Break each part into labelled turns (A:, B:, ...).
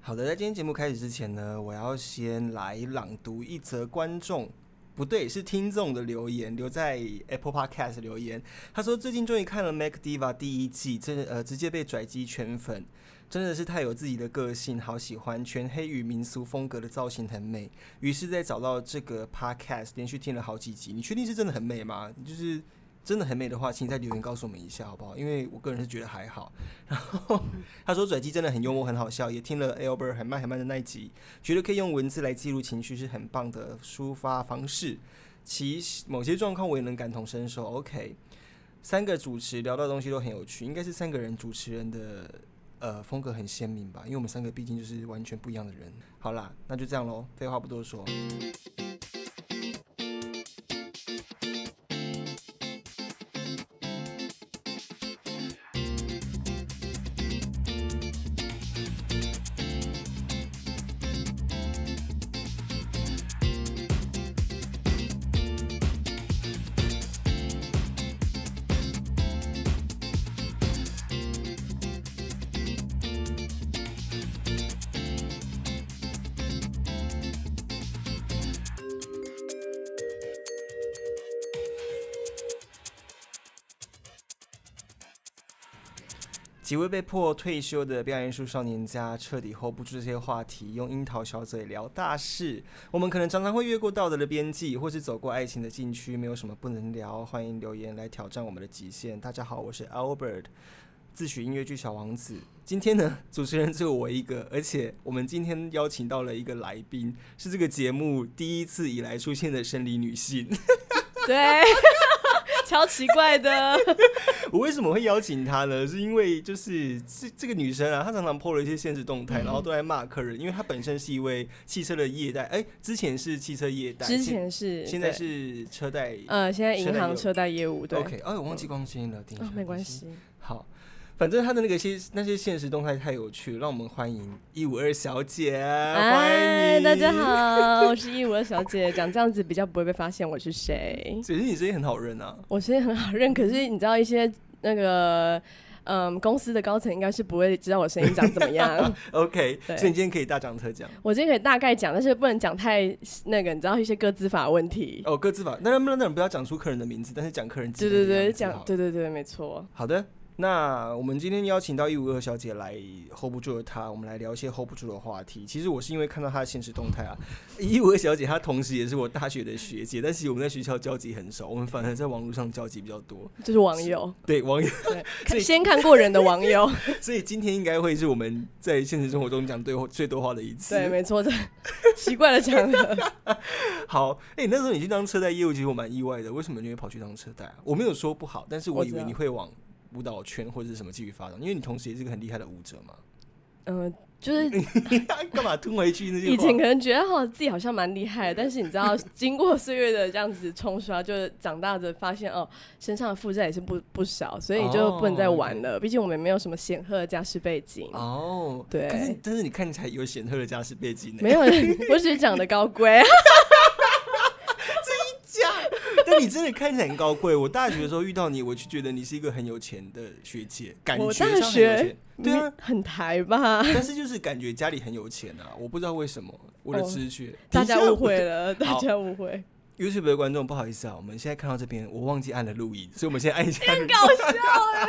A: 好的，在今天节目开始之前呢，我要先来朗读一则观众。不对，是听众的留言，留在 Apple Podcast 留言。他说最近终于看了《Mac Diva》第一季，真的呃直接被拽机圈粉，真的是太有自己的个性，好喜欢。全黑与民俗风格的造型很美，于是在找到这个 Podcast，连续听了好几集。你确定是真的很美吗？就是真的很美的话，请在留言告诉我们一下好不好？因为我个人是觉得还好。然后他说拽机真的很幽默，很好笑，也听了 Albert 很慢很慢的那一集，觉得可以用文字来记录情绪是很棒的抒发方式。其实某些状况我也能感同身受。OK，三个主持聊到的东西都很有趣，应该是三个人主持人的呃风格很鲜明吧，因为我们三个毕竟就是完全不一样的人。好啦，那就这样喽，废话不多说。几位被迫退休的表演艺术少年家彻底 hold 不住这些话题，用樱桃小嘴聊大事。我们可能常常会越过道德的边际，或是走过爱情的禁区，没有什么不能聊。欢迎留言来挑战我们的极限。大家好，我是 Albert，自诩音乐剧小王子。今天呢，主持人只有我一个，而且我们今天邀请到了一个来宾，是这个节目第一次以来出现的生理女性。
B: 对，超奇怪的。
A: 我为什么会邀请她呢？是因为就是这这个女生啊，她常常 PO 了一些现实动态，然
B: 嗯
A: 后都在骂客人，因为她本身是一位汽车的业代，哎、之前是汽车业代，
B: 之
A: 现
B: 前是，
A: 现在
B: 对，
A: 是车贷。
B: 呃，现在银
A: 车贷业务
B: 行车贷业务，对
A: OK，哎、我忘记光鲜了，等一下
B: 啊，没关。系。
A: 好，反正她的那个些那些现实动态太有趣了，让我们欢迎一五二小姐，欢
B: 哎，
A: 迎
B: 大家。好，我是一五的小姐，讲这样子比较不会被发现我是谁。
A: 只是你声音很好认啊，
B: 我声音很好 认，可是你知道一些那个。嗯，公司的高层应该是不会知道我声音长怎么 样。
A: OK，所
B: 对
A: 以你今天可以大讲特讲
B: 我今天可以大概讲，但是不能讲太那个，你知道一些个资法问题。
A: 哦。各自法，那那那那不要讲出客人的名字，但是讲客人
B: 对
A: 对
B: 对对，讲对对对，没错。
A: 好的，那我们今天邀请到一五二小姐来 hold 不住的她，我们来聊一些 hold 不住的话题。其实我是因为看到她的现实动态啊， 一五二小姐她同时也是我大学的学姐，但是我们在学校交集很少，我们反而在网络上交集比较多。
B: 就是网友，
A: 对网友，
B: 对，
A: 所以
B: 看先看过人的网友，
A: 所以今天应该会是我们在现实生活中讲对话最多话的一次。
B: 对，没错，这奇怪的讲了。
A: 好，哎、那时候你去当车贷业务，其实我蛮意外的，为什么你会跑去当车贷啊？我没有说不好，但是我
B: 我
A: 以
B: 知
A: 为
B: 道
A: 你会往舞蹈圈或者是什么继续发展，因为你同时也是个很厉害的舞者嘛。
B: 嗯，就是
A: 干嘛吞回去那些话？
B: 以前可能觉得哦哈自己好像蛮厉害的，但是你知道，经过岁月的这样子冲刷，就是长大着发现哦，身上的负债也是不不少，所以你就不能再玩了。毕竟我们没有什么显赫的家世背景，
A: 哦，
B: 对
A: 但是但是你看起来有显赫的家世背景呢，
B: 没有，我只是长得高 贵。啊
A: 但你真的看起来很高贵。我大学的时候遇到你，我就觉得你是一个很有钱的哎学姐， 感觉
B: 我
A: 上
B: 大
A: 很有钱
B: 学。嗯
A: 对啊，
B: 很台吧？
A: 但是就是感觉家里很有钱啊，我不知道为什么，我的
B: 哦
A: 直觉。
B: 大家
A: 等一下
B: 误会了，大
A: 好
B: 家误会。
A: YouTube 的观众，不好意思啊，我们现在看到这边，我忘记按了录音，所以我们先按一下。
B: 搞笑哎、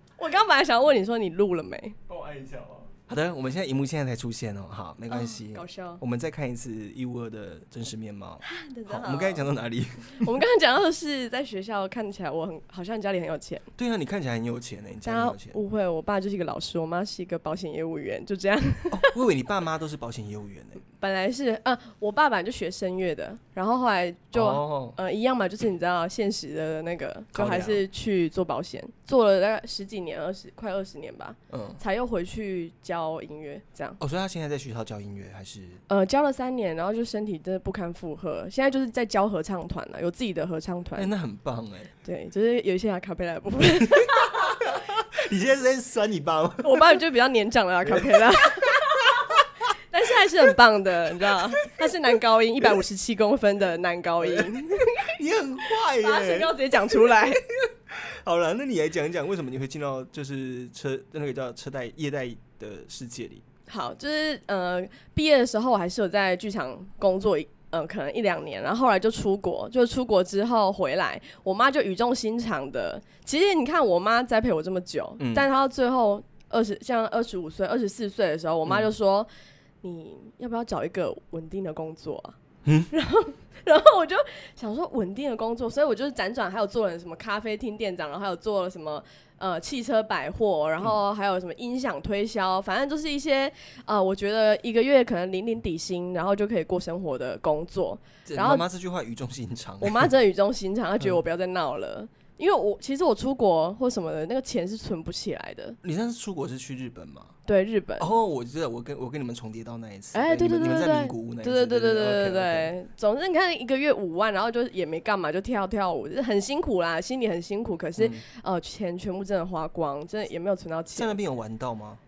B: 我刚本来想问你说你录了没？
A: 帮我按一下哦。好的，我们现在荧幕现在才出现哦，好，没关系。
B: 嗯搞笑。
A: 我们再看一次一五二的真实面貌。
B: 真的
A: 好，我们刚才讲到哪里？
B: 我们刚刚讲到的是，在学校看起来我很好像家里很有钱，
A: 对啊，你看起来很有钱呢、你家里很
B: 大
A: 有
B: 家
A: 钱。
B: 误会我爸就是一个老师，我妈是一个保险业务员，就这样。
A: 哦， 我以为你爸妈都是保险业务员呢、
B: 本来是啊，我爸本来就学声乐的，然后后来就、
A: 哦
B: 呃一样嘛，就是你知道现实的那个，
A: 考量
B: 就还是去做保险，做了大概十几年、二十快二十年吧，
A: 嗯，
B: 才又回去教音乐这样。
A: 哦，所以他现在在学校教音乐还是
B: 呃，教了三年，然后就身体真的不堪负荷，现在就是在教合唱团了，有自己的合唱
A: 哎、
B: 团，
A: 那很棒哎、
B: 对，就是有一些阿卡贝拉的部分。
A: 你现在是在酸你爸吗？
B: 我爸就比较年长了啦，啊卡佩拉。 但是还是很棒的，你知道，他是男高音，一百五十七公分的男高音，
A: 你很坏
B: 把他身
A: 耶、
B: 高直接讲出来。
A: 好了，那你来讲一讲为什么你会进到就是车那个叫车贷业贷的世界里？
B: 好，就是呃，毕业的时候我还是有在剧场工作一。呃，可能一两年，然后后来就出国，就出国之后回来，我妈就语重心长的。其实你看，我妈栽培我这么久，
A: 嗯
B: 但她到最后二十，像二十五岁、二十四岁的时候，我
A: 嗯
B: 妈就说：“你要不要找一个稳定的工作、啊？”
A: 嗯
B: 然后，然后我就想说稳定的工作，所以我就是辗转，还有做了什么咖啡厅店长，然后还有做了什么呃汽车百货，
A: 嗯
B: 然后还有什么音响推销，反正就是一些呃，我觉得一个月可能零零底薪，然后就可以过生活的工作。
A: 这
B: 然后
A: 妈妈这句话语重心长，
B: 我妈真的语重心长，她觉得我不要再闹了，因为我其实我出国或什么的，那个钱是存不起来的。
A: 你上次出国是去日本吗？
B: 对日本，
A: 哦，我记得我跟我跟你们重叠到那一次，
B: 呃哎对
A: 你们
B: 对
A: 你们
B: 对
A: 在
B: 对
A: 名古屋那一次，
B: 对对
A: 对
B: 对对对对
A: 对，OK，OK，
B: 对，总之你看一个月五万，然后就也没干嘛，就跳跳舞，就是很辛苦啦，心里很辛苦，可是、
A: 嗯
B: 呃钱全部真的花光，真的也没有存到
A: 在
B: 钱。
A: 那边有玩到吗？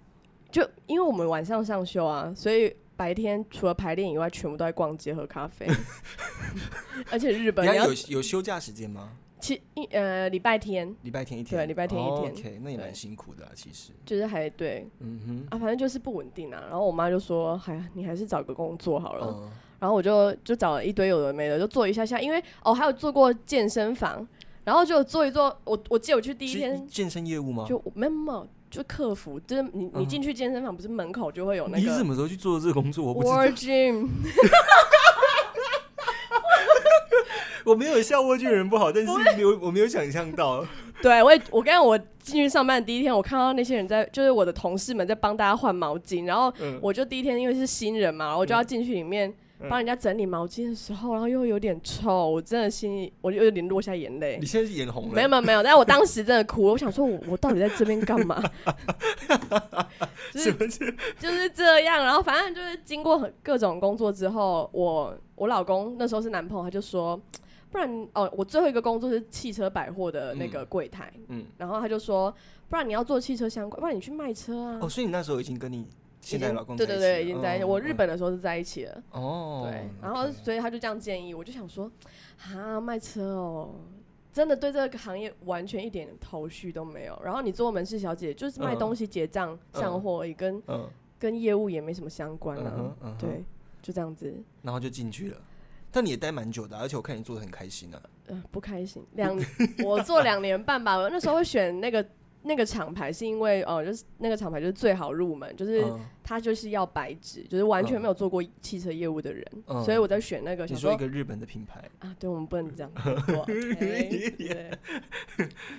B: 就因为我们晚上上修啊，所以白天除了排练以外，全部都在逛街喝咖啡，而且日本
A: 你
B: 你要
A: 有有休假时间吗？
B: 其一呃礼拜天
A: 礼拜天一天，
B: 对礼拜天一
A: 哦
B: 天
A: OK，那也蛮
B: 对
A: 辛苦的啊，其实，
B: 就是还对
A: 嗯
B: 啊，反正就是不稳定啊。然后我妈就说：“哎呀，你还是找个工作好
A: 哼，
B: 了。
A: 嗯，
B: 然后我就就找了一堆有的没的，就做一下下，因为哦还有做过健身房，然后就做一做。我我记得我去第一
A: 是
B: 天
A: 健身业务吗？
B: 就没有没有就客服，就是你你
A: 嗯
B: 进去健身房不是门口就会有那
A: 你是什
B: 个
A: 么时候去做这个工作？我不知道，
B: War Gym。
A: 我没有笑蜗居人不好，但是没有我没有想象 到，
B: 对，我也我刚刚我进去上班的第一天，我看到那些人在，就是我的同事们在帮大家换毛巾，然后
A: 嗯
B: 我就第一天因为是新人嘛，然后我就要进去里面
A: 嗯
B: 帮人家整理毛巾的时候，然后又有点臭，我真的心里我就有点落下眼泪
A: 你。现在是眼红了，
B: 没有没有没有，但我当时真的哭，我想说我我到底在这边干 嘛？就
A: 什
B: 是
A: 么是
B: 就是这样，然后反正就是经过很各种工作之后，我我老公那时候是男朋友，他就说，不然哦，我最后一个工作是汽车百货的那个柜台，
A: 嗯，
B: 然后他就说，不然你要做汽车相关，不然你去卖车啊。
A: 哦，所以你那时候已经跟你现在的老公
B: 已经对对
A: 在一
B: 对，已
A: 起了
B: 经在一起。
A: 嗯
B: 我日本的时候是在一起了，
A: 哦，
B: 对
A: OK。
B: 然后所以他就这样建议，我就想说，啊，卖车哦，真的对这个行业完全一点头绪都没有。然后你做门市小姐，就是卖
A: 嗯
B: 东西、结账、上货，也跟
A: 嗯，
B: 跟业务也没什么相关
A: 嗯
B: 啊
A: 哼。嗯哼
B: 对，就这样子，
A: 然后就进去了。但你也待蛮久的啊、而且我看你做的很开心啊。
B: 呃，不开心。两 我做两年半吧，我那时候会选那个。那个厂牌是因为哦、呃就是那个厂牌就是最好入门，就是
A: 嗯，
B: 他就是要白纸，就是完全没有做过汽车业务的人，
A: 嗯
B: 所以我在选那个
A: 你
B: 想
A: 说
B: 说
A: 一个日本的品牌
B: 啊，对我们不 能这样做，OK，对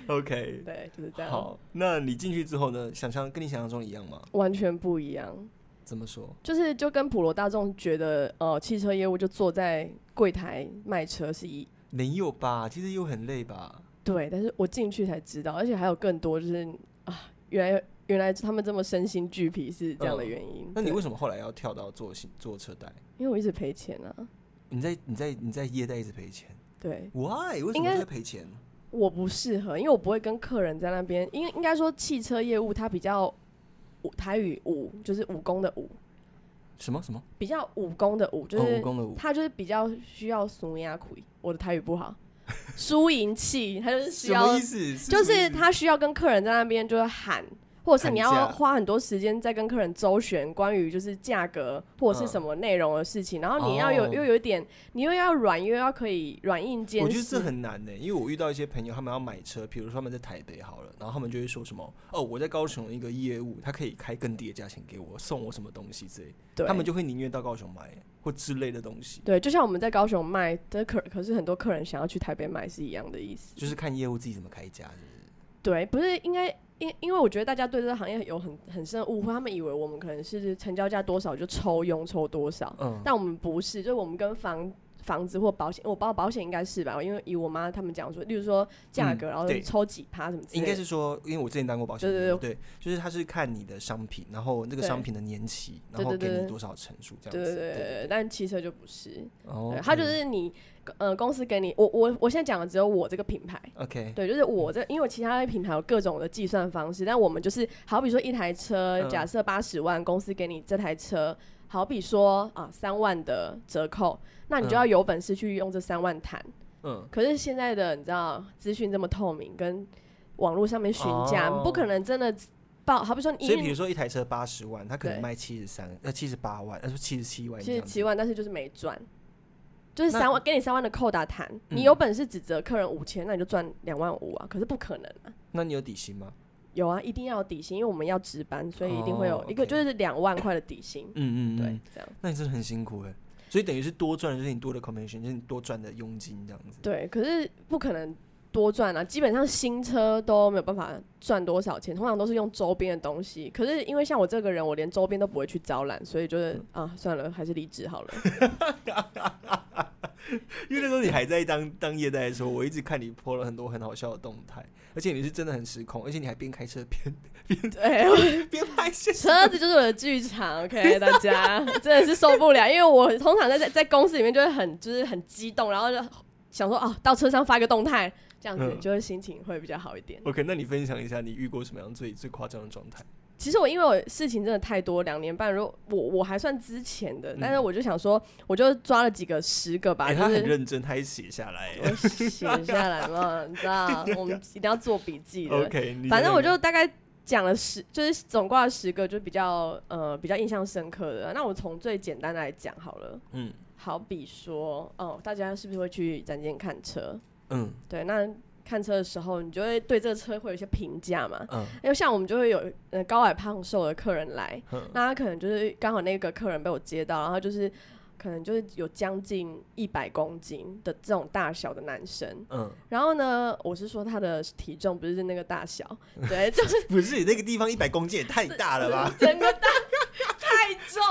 A: ，OK，
B: 对，就是这样，
A: 好。那你进去之后呢？想象跟你想象中一样吗？
B: 完全不一样，
A: 怎么说？
B: 就是就跟普罗大众觉得呃汽车业务就坐在柜台卖车是一
A: 没有吧？其实又很累吧？
B: 对，但是我进去才知道，而且还有更多就是啊，原来原来他们这么身心俱疲是这样的
A: 嗯
B: 原因，
A: 那你
B: 对
A: 为什么后来要跳到做新做车贷？
B: 因为我一直赔钱啊，
A: 你在你在你在业贷一直赔钱
B: 对，
A: ？Why？为什
B: 应
A: 么
B: 该
A: 在赔钱？
B: 我不适合，因为我不会跟客人在那边，因为应该说汽车业务它比较武台语武，就是武功的武，
A: 什么什么？
B: 比较武功的武，就
A: 哦，蜈
B: 是
A: 蚣的蜈。
B: 它就是比较需要怂牙苦，我的台语不 好，输赢气，它就是需
A: 什
B: 要
A: 么意，思？什
B: 就
A: 么意
B: 是
A: 思
B: 他需要跟客人在那边就是喊。或者是你要
A: 喊价
B: 花很多时间在跟客人周旋关于就是价格或者是什么内容的事情，然后你要有、
A: 哦
B: 又有一点，你又要软又要可以软硬兼施。
A: 我觉得这很难呢、因为我遇到一些朋友，他们要买车，比如说他们在台北好了，然后他们就会说什么哦，我在高雄有一个业务，他可以开更低的价钱给我，送我什么东西之类，
B: 对
A: 他们就会宁愿到高雄买或之类的东西，
B: 对，就像我们在高雄卖，但可可是很多客人想要去台北买是一样的意思。
A: 就是看业务自己怎么开价是不是
B: 对，不是应该因因为我觉得大家对这个行业有很很深的误会，他们以为我们可能是成交价多少就抽佣抽多少，
A: 嗯，
B: 但我们不是，就是我们跟房。房子或保险，我保保险应该是吧，因为以我妈他们讲说，例如说价格，
A: 嗯
B: 然后
A: 对
B: 抽几趴什么之类
A: 应
B: 的，
A: 该是说，因为我之前当过保险
B: 对
A: 业
B: 对
A: 务，对，就是他是看你的商品，然后那个
B: 对
A: 商品的年期，然
B: 对
A: 后
B: 对
A: 给
B: 对
A: 你
B: 对
A: 多少成数这
B: 对
A: 样
B: 对
A: 子，
B: 对对，但汽车就不是，
A: 哦
B: 对，，它就是你呃公司给你，我我我现在讲的只有我这个品牌，
A: 嗯 OK，
B: 对，就是我这，因为我其他的品牌有各种的计算方式，但我们就是好比说一台车，
A: 嗯
B: 假设八十万，公司给你这台车，好比说啊三万的折扣，那你就
A: 嗯
B: 要有本事去用这三万谈。
A: 嗯，
B: 可是现在的你知道资讯这么透明，跟网络上面询价，
A: 哦
B: 不可能真的报，好比说你
A: 所以比
B: 一
A: 如说一台车八十万，他可能
B: 对
A: 卖七十三呃七十八万，呃七十七万这
B: 七十
A: 样
B: 七
A: 子。
B: 万，但是就是没赚，就是
A: 那
B: 三万给你三万的扣打谈，
A: 嗯
B: 你有本事只折客人五千，那你就赚两万五啊，可是不可能啊。
A: 那你有底薪吗？
B: 有啊，一定要有底薪，因为我们要值班，所以一定会
A: 哦
B: 有一个
A: OK
B: 就是两万块的底薪，
A: 嗯嗯，嗯
B: 对，，这样。
A: 那你真的很辛苦哎。所以等于是多赚的就是你多的 commission，就是你多赚的佣金这样子。
B: 对，可是不可能多赚啊，基本上新车都没有办法赚多少钱，通常都是用周边的东西。可是因为像我这个人，我连周边都不会去招揽，所以就是
A: 嗯
B: 啊，算了，还是离 职好了。
A: 因为那时候你还在当当业代的时候，我一直看你 po 了很多很好笑的动态，而且你是真的很失控，而且你还边开车边
B: 对，
A: 边拍现实
B: 车子就是我的剧场，OK，大 家真的是受不了，因为我通常在在在公司里面就会很就是很激动，然后就想说哦、到车上发个动态，这样子
A: 嗯
B: 就会心情会比较好一点。
A: OK，那你分享一下你遇过什么样最最夸张的状态？
B: 其实我因为我事情真的太多，两年半，如果我我还算之前的，
A: 嗯
B: 但是我就想说，我就抓了几个十个吧，
A: 哎、
B: 就
A: 他很
B: 是
A: 认真，他还写下来。
B: 我写下来嘛，你知道，我们一定要做笔 记的。
A: OK，你啊
B: 反正我
A: 在那
B: 就大概讲了十，就是总挂了十个，就比较呃比较印象深刻的。那我从最简单的来讲好了，
A: 嗯
B: 好比说，哦，大家是不是会去展间看车？
A: 嗯
B: 对，那看车的时候，你就会对这个车会有一些评价嘛。
A: 嗯
B: 因为像我们就会有呃高矮胖瘦的客人来，
A: 嗯
B: 那他可能就是刚好那个客人被我接到，然后就是可能就是有将近一百公斤的这种大小的男生，
A: 嗯，
B: 然后呢，我是说他的体重不是那个大小，对，就是
A: 不是那个地方一百公斤也太大了吧，
B: 整个大太重。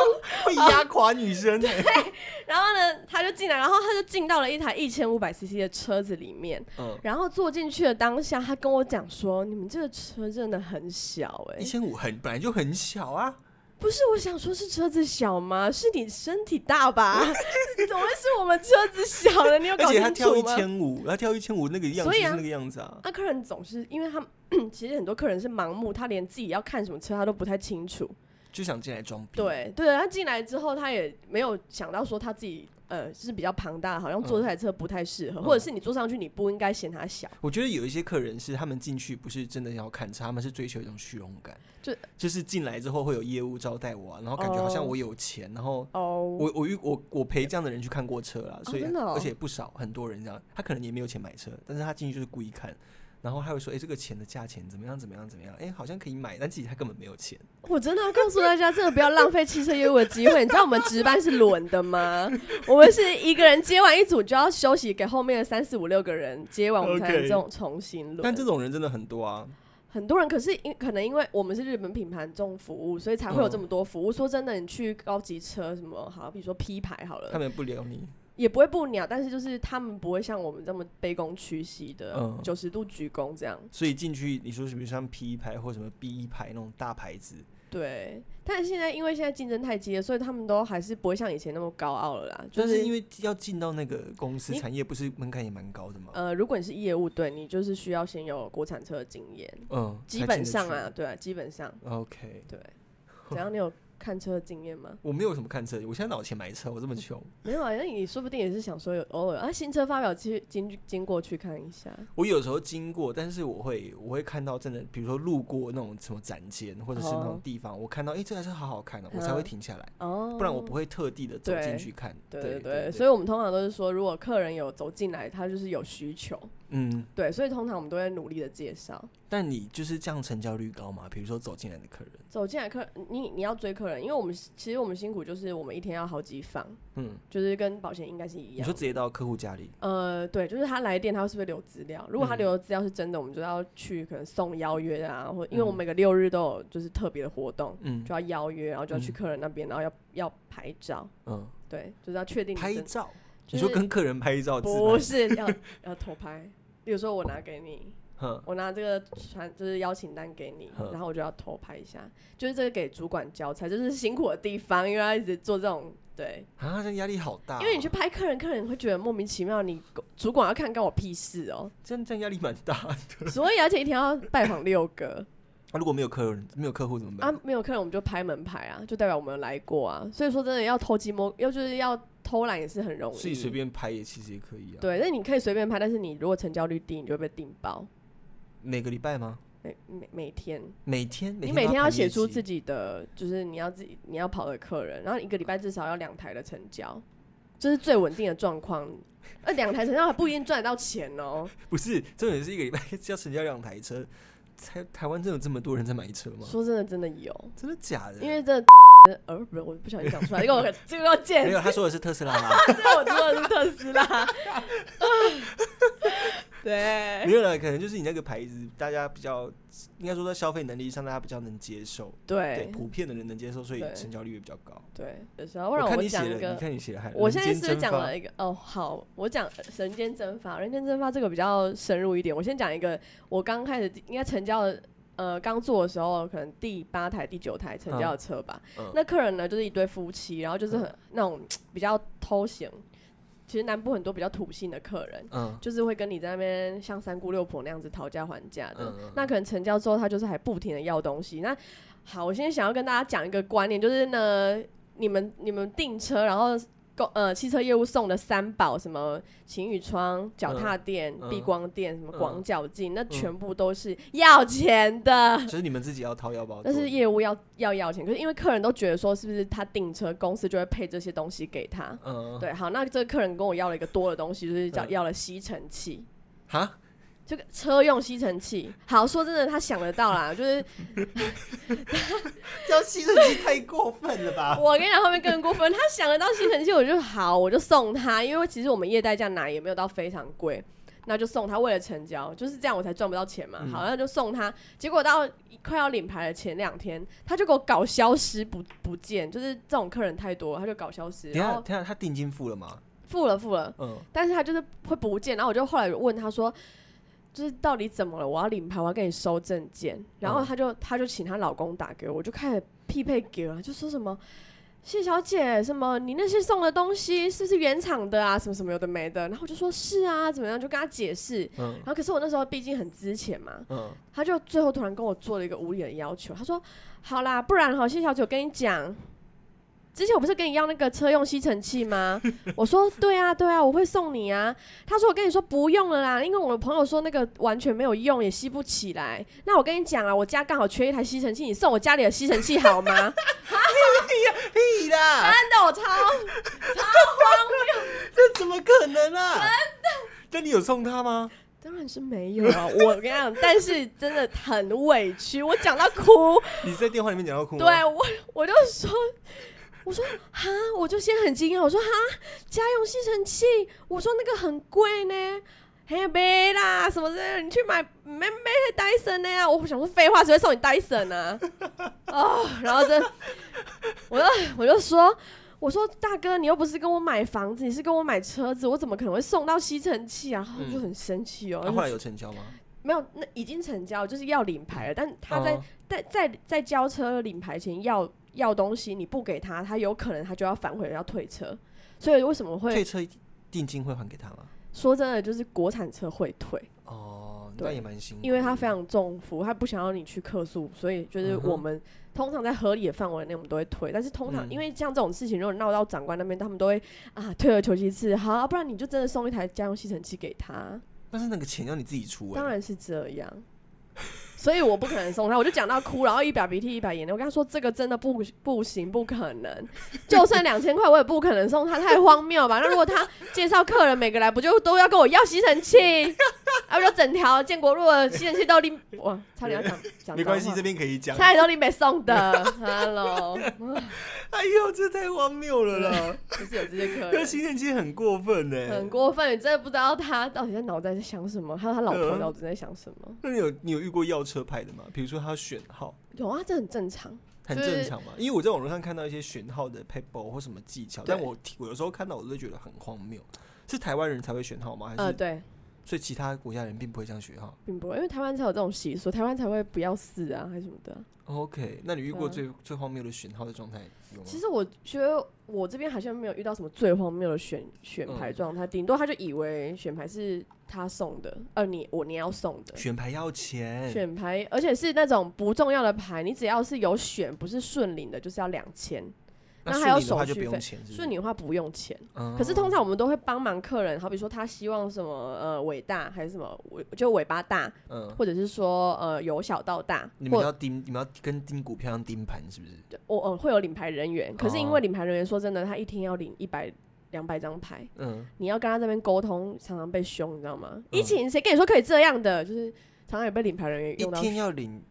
A: 会压垮女生、欸
B: 然后呢，他就进来，然后他就进到了一台一千五百 CC 的车子里面，
A: 嗯，
B: 然后坐进去的当下，他跟我讲说：“你们这个车真的很小、欸，
A: 一千五很本来就很小啊，
B: 不是，我想说是车子小吗？是你身体大吧？ 怎么会是我们车子小呢？你有
A: 而
B: 搞
A: 且他
B: 清
A: 挑
B: 楚
A: 一
B: 吗？
A: 千五，他挑一千五那个样子
B: 所以
A: 就是
B: 啊
A: 那个样子啊，
B: 那、客人总是因为他们 其实很多客人是盲目，他连自己要看什么车他都不太清楚。
A: 就想进来装逼。，
B: 对对，他进来之后他也没有想到说他自己呃是比较庞大，好像坐
A: 嗯
B: 这台车不太适合，
A: 嗯
B: 或者是你坐上去你不应该嫌它小。
A: 我觉得有一些客人是他们进去不是真的要看车，他们是追求一种虚荣感，
B: 就
A: 就是进来之后会有业务招待我、啊，然后感觉好像
B: 哦
A: 我有钱，然后
B: 哦、
A: 我我遇我我陪这样的人去看过车啦，所以、
B: 真的哦
A: 而且不少很多人这样，他可能也没有钱买车，但是他进去就是故意看，然后他会说，哎、这个钱的价钱怎么样怎么样怎么样，哎、好像可以买，但其实他根本没有钱。
B: 我真的要告诉大家，真的不要浪费汽车业务的机会。你知道我们值班是轮 的吗？我们是一个人接完一组就要休息，给后面的三四五六个人接完，我们才
A: OK
B: 能这种重新轮。
A: 但这种人真的很多啊，
B: 很多人可是因可能因为我们是日本品牌重服务，所以才会有这么多服务。说真的，你去高级车什么，好，比如说 P 牌好
A: 他
B: 了，
A: 们也不聊你。
B: 也不会不鸟，但是就是他们不会像我们这么卑躬屈膝的
A: 嗯
B: 九十、度鞠躬这样。
A: 所以进去你说什么像 P 一牌或什么 B 一牌那种大牌子，
B: 对，但是现在因为现在竞争太激烈，所以他们都还是不会像以前那么高傲了啦。就
A: 但
B: 是
A: 是因为要进到那个公司
B: 你
A: 产业，不是门槛也蛮高的嘛？
B: 呃，如果你是业务，对你就是需要先有国产车的经验，
A: 嗯，
B: 呃基本上啊，对啊，基 本上
A: 才进得去。OK，
B: 对。怎样？你有看车的经验吗？
A: 我没有什么看车，我现在哪有钱买车？我这么穷。
B: 没有啊，那你说不定也是想说有偶尔啊，新车发表去经经过去看一下，
A: 我有时候经过，但是我会我会看到真的，比如说路过那种什么展间，或者是那种
B: 哦
A: 地方我看到哎、诶这台车好好看哦、我才会停下来，
B: 嗯哦，
A: 不然我不会特地的走进
B: 对
A: 去看。
B: 对
A: 对
B: 对对，所
A: 对，
B: 以我们通常都是说，如果客人有走进来，他就是有需求，
A: 嗯，
B: 对，所以通常我们都会努力的介绍。
A: 但你就是这样成交率高嘛？比如说走进来的客人，
B: 走进来客人，你你要追客人，因为我们其实我们辛苦就是我们一天要好几访，
A: 嗯，
B: 就是跟保险应该是一
A: 你
B: 样
A: 说。直接到客户家里，
B: 呃，对，就是他来电，他是不是留资料？如果他
A: 嗯
B: 留的资料是真的，我们就要去可能送邀约啊，或因为我
A: 嗯
B: 们每个六日都有就是特别的活动，
A: 嗯
B: 就要邀约，然后就要去
A: 嗯
B: 客人那边，然后要要拍照，
A: 嗯，
B: 对，就是要确定你
A: 拍
B: 真
A: 照，
B: 就
A: 你说
B: 是
A: 跟客人拍照自
B: 不
A: 拍，
B: 是要要偷拍。比如说我拿给你，
A: 哼，
B: 我拿这个传就是邀请单给你
A: 呵，
B: 然后我就要偷拍一下，就是这个给主管交差，就是辛苦的地方，因为要一直做这种对，
A: 啊，这压力好大哦、
B: 因为你去拍客人，客人会觉得莫名其妙，你主管要看干我屁事哦、
A: 这样这样压力蛮大 的。
B: 所以而且一天要拜访六 个
A: 啊，如果没有客人，没有客户怎么
B: 啊
A: 办？，
B: 没有客人我们就拍门牌啊，就代表我们有来过啊。所以说真的要偷鸡摸，要就是要偷懒也是很容易。
A: 自己随便拍也其实也可以啊。
B: 对，那你可以随便拍，但是你如果成交率低，你就会被定包。
A: 每个礼拜吗？
B: 每每每每天，
A: 每天
B: 你每天要写出自
A: 己
B: 己的，就是你要自己你要跑的客人，然后一个礼拜至少要两台的成交，这是最稳定的状况。 那两台成交还不一定赚得到钱哦。
A: 不是重点是一个礼拜要成交两台车，台台湾真的有这么多人在买车吗？
B: 说真的，真的有，
A: 真的假的？
B: 因为这 呃不是，我不小心讲出来，这个我这个要
A: 没
B: 见，
A: 有，他说的是特斯拉啦。
B: 这个我知道是特斯拉。对
A: 没有啦，可能就是你那个牌子，大家比较应该说在消费能力上，大家比较能接受，对，
B: 对
A: 普遍的人能接受，所以
B: 对
A: 成交率也比较高。
B: 对，有时候不然
A: 看
B: 我
A: 你写
B: 讲一
A: 了，
B: 个
A: 你。看你写了，还
B: 我现在
A: 人
B: 是
A: 间
B: 不是
A: 蒸
B: 讲
A: 发
B: 了一个哦，好，我讲《人间蒸发》，《人间蒸发》这个比较深入一点。我先讲一个，我刚开始应该成交的，呃，刚做的时候，可能第八台、第九台成交的车吧。
A: 嗯嗯
B: 那客人呢，就是一对夫妻，然后就是很、那种比较偷闲，其实南部很多比较土性的客人，
A: 嗯
B: 就是会跟你在那边像三姑六婆那样子讨价还价的。
A: 嗯嗯
B: 那可能成交之后，他就是还不停的要东西。那好，我现在想要跟大家讲一个观念，就是呢，你们你们订车，然后购呃汽车业务送的三宝，什么晴雨窗、脚踏垫、
A: 嗯
B: 避光垫、什么
A: 嗯
B: 广角镜，那全部都是要钱的。
A: 就是你们自己要掏腰包做，
B: 但是业务要要要钱，可是因为客人都觉得说，是不是他订车公司就会配这些东西给他？
A: 嗯
B: 对，好，那这个客人跟我要了一个多的东西，就是叫
A: 嗯
B: 要了吸尘器。
A: 哈，
B: 这个车用吸尘器，好说真的，他想得到啦。就是
A: 这样牺牲你太过分了吧？
B: 我跟你讲，后面更过分，他想得到吸尘器，我就好，我就送他，因为其实我们业代价拿也没有到非常贵，那就送他，为了成交，就是这样，我才赚不到钱
A: 嗯
B: 嘛。好，那就送他，结果到快要领牌的前两天，他就给我搞消失不不见，就是这种客人太多，他就搞消失，
A: 等一
B: 然
A: 下
B: 后
A: 等一下，他定金付了吗？
B: 付了付了，
A: 嗯，
B: 但是他就是会不见，然后我就后来问他说，就是到底怎么了？我要领牌，我要跟你收证件。然后
A: 嗯
B: 他就他就请她老公打给我，我就开始匹配给了，就说什么谢小姐，什么你那些送的东西是不是原厂的啊？什么什么有的没的。然后我就说是啊，怎么样？就跟他解释。
A: 嗯
B: 然后可是我那时候毕竟很之前嘛，
A: 嗯，
B: 他就最后突然跟我做了一个无理的要求，他说：“好啦，不然哈，谢小姐，我跟你讲，之前我不是跟你要那个车用吸尘器吗？”我说：“对啊，对啊，我会送你啊。”他说：“我跟你说不用了啦，因为我的朋友说那个完全没有用，也吸不起来。那我跟你讲啊，我家刚好缺一台吸尘器，你送我家里的吸尘器好 吗？”
A: 屁啦，
B: 真的，我超
A: 这怎么可能啊？那你有送他吗？
B: 当然是没有啊，我跟你讲，但是真的很委屈，我讲到哭。
A: 你在电话里面讲到哭吗？啊
B: 对啊我， 我就说，我说哈，我就先很惊讶，我说哈，家用吸尘器，我说那个很贵呢。嘿没啦，什么之类的，你去买没没戴森的呀？我想说废话，谁会送你戴森呢？哦，然后这，我就我就说，我说大哥，你又不是跟我买房子，你是跟我买车子，我怎么可能会送到吸尘器啊？然后我就很生气哦，
A: 嗯那后来有成交吗？
B: 没有，那已经成交，就是要领牌了，但他在
A: 哦
B: 在在在交车领牌前要要东西，你不给他，他有可能他就要反悔要退车。所以为什么会
A: 退车定金会还给他吗？
B: 说真的，就是国产车会退，
A: 哦，
B: 对
A: 那也蛮辛苦的，
B: 因为他非常重服务，他不想要你去客诉，所以就是
A: 嗯哼
B: 我们通常在合理的范围内我们都会退，但是通常
A: 嗯
B: 因为像这种事情，如果闹到长官那边，他们都会啊退而求其次，好、啊不然你就真的送一台家用吸尘器给他，
A: 但是那个钱要你自己出、欸，
B: 当然是这样。 所以我不可能送他，我就讲到哭，然后一把鼻涕一把眼泪。我跟他说，这个真的不不行，不可 能。就算两千块，我也不可能送他，太荒谬了吧？那如果他介绍客人每个来，不就都要跟我要吸 尘器？啊，我就整条建国路的吸尘器都拎，哇，差点要讲讲
A: 没关系，
B: 脏话
A: 这边可以讲。
B: 差点都拎北 送的。Hello，
A: 哎呦，这太荒谬了啦！
B: 就是有这些客
A: 那
B: 人。
A: 新人其实很过分欸呢、
B: 很过分，你真的不知道他到底在脑袋在想什么，还有他老
A: 嗯
B: 婆到底在想什么。
A: 那你有你有遇过要车牌的吗？比如说他选号，
B: 有啊，这很正常。
A: 很
B: 就是
A: 正常嘛。因为我在网络上看到一些选号的 paper 或什么技巧，
B: 对
A: 但我听我有时候看到我都觉得很荒谬。是台湾人才会选号吗？还是、
B: 呃，对，
A: 所以其他国家人并不会这样选号
B: 并不会，因为台湾才有这种习俗，台湾才会不要死啊，还是什么的。
A: 哦？OK，那你遇过
B: 对啊
A: 最、最荒谬的选号的状态有吗
B: 其？实我觉得我这边好像没有遇到什么最荒谬的选选
A: 嗯
B: 牌状态，顶、多他就以为选牌是他送的，呃，你我你要送的。
A: 选牌要钱，
B: 选牌，而且是那种不重要的牌，你只要是有选，不是顺领的，就是要两千。
A: 那
B: 那
A: 顺
B: 还有
A: 利的话
B: 手
A: 就不
B: 续
A: 用
B: 费
A: 钱，是不是
B: 顺你的话不用钱。
A: 嗯
B: 可是通常我们都会帮忙客人，好比说他希望什么呃伟大还是什么尾就尾巴大，
A: 嗯，
B: 或者是说呃由小到大
A: 你，们
B: 或
A: 要盯，你们要跟盯股票一样盯盘，是不是？
B: 我呃会有领牌人员。可是因
A: 哦
B: 为领牌人员说真的，他一天要领一百两百张牌，
A: 嗯，
B: 你要跟他这边沟通，常常被凶，你知道吗？
A: 嗯
B: 疫情谁跟你说可以这样的？就是常常也被领牌人员
A: 一
B: 用到
A: 天要领，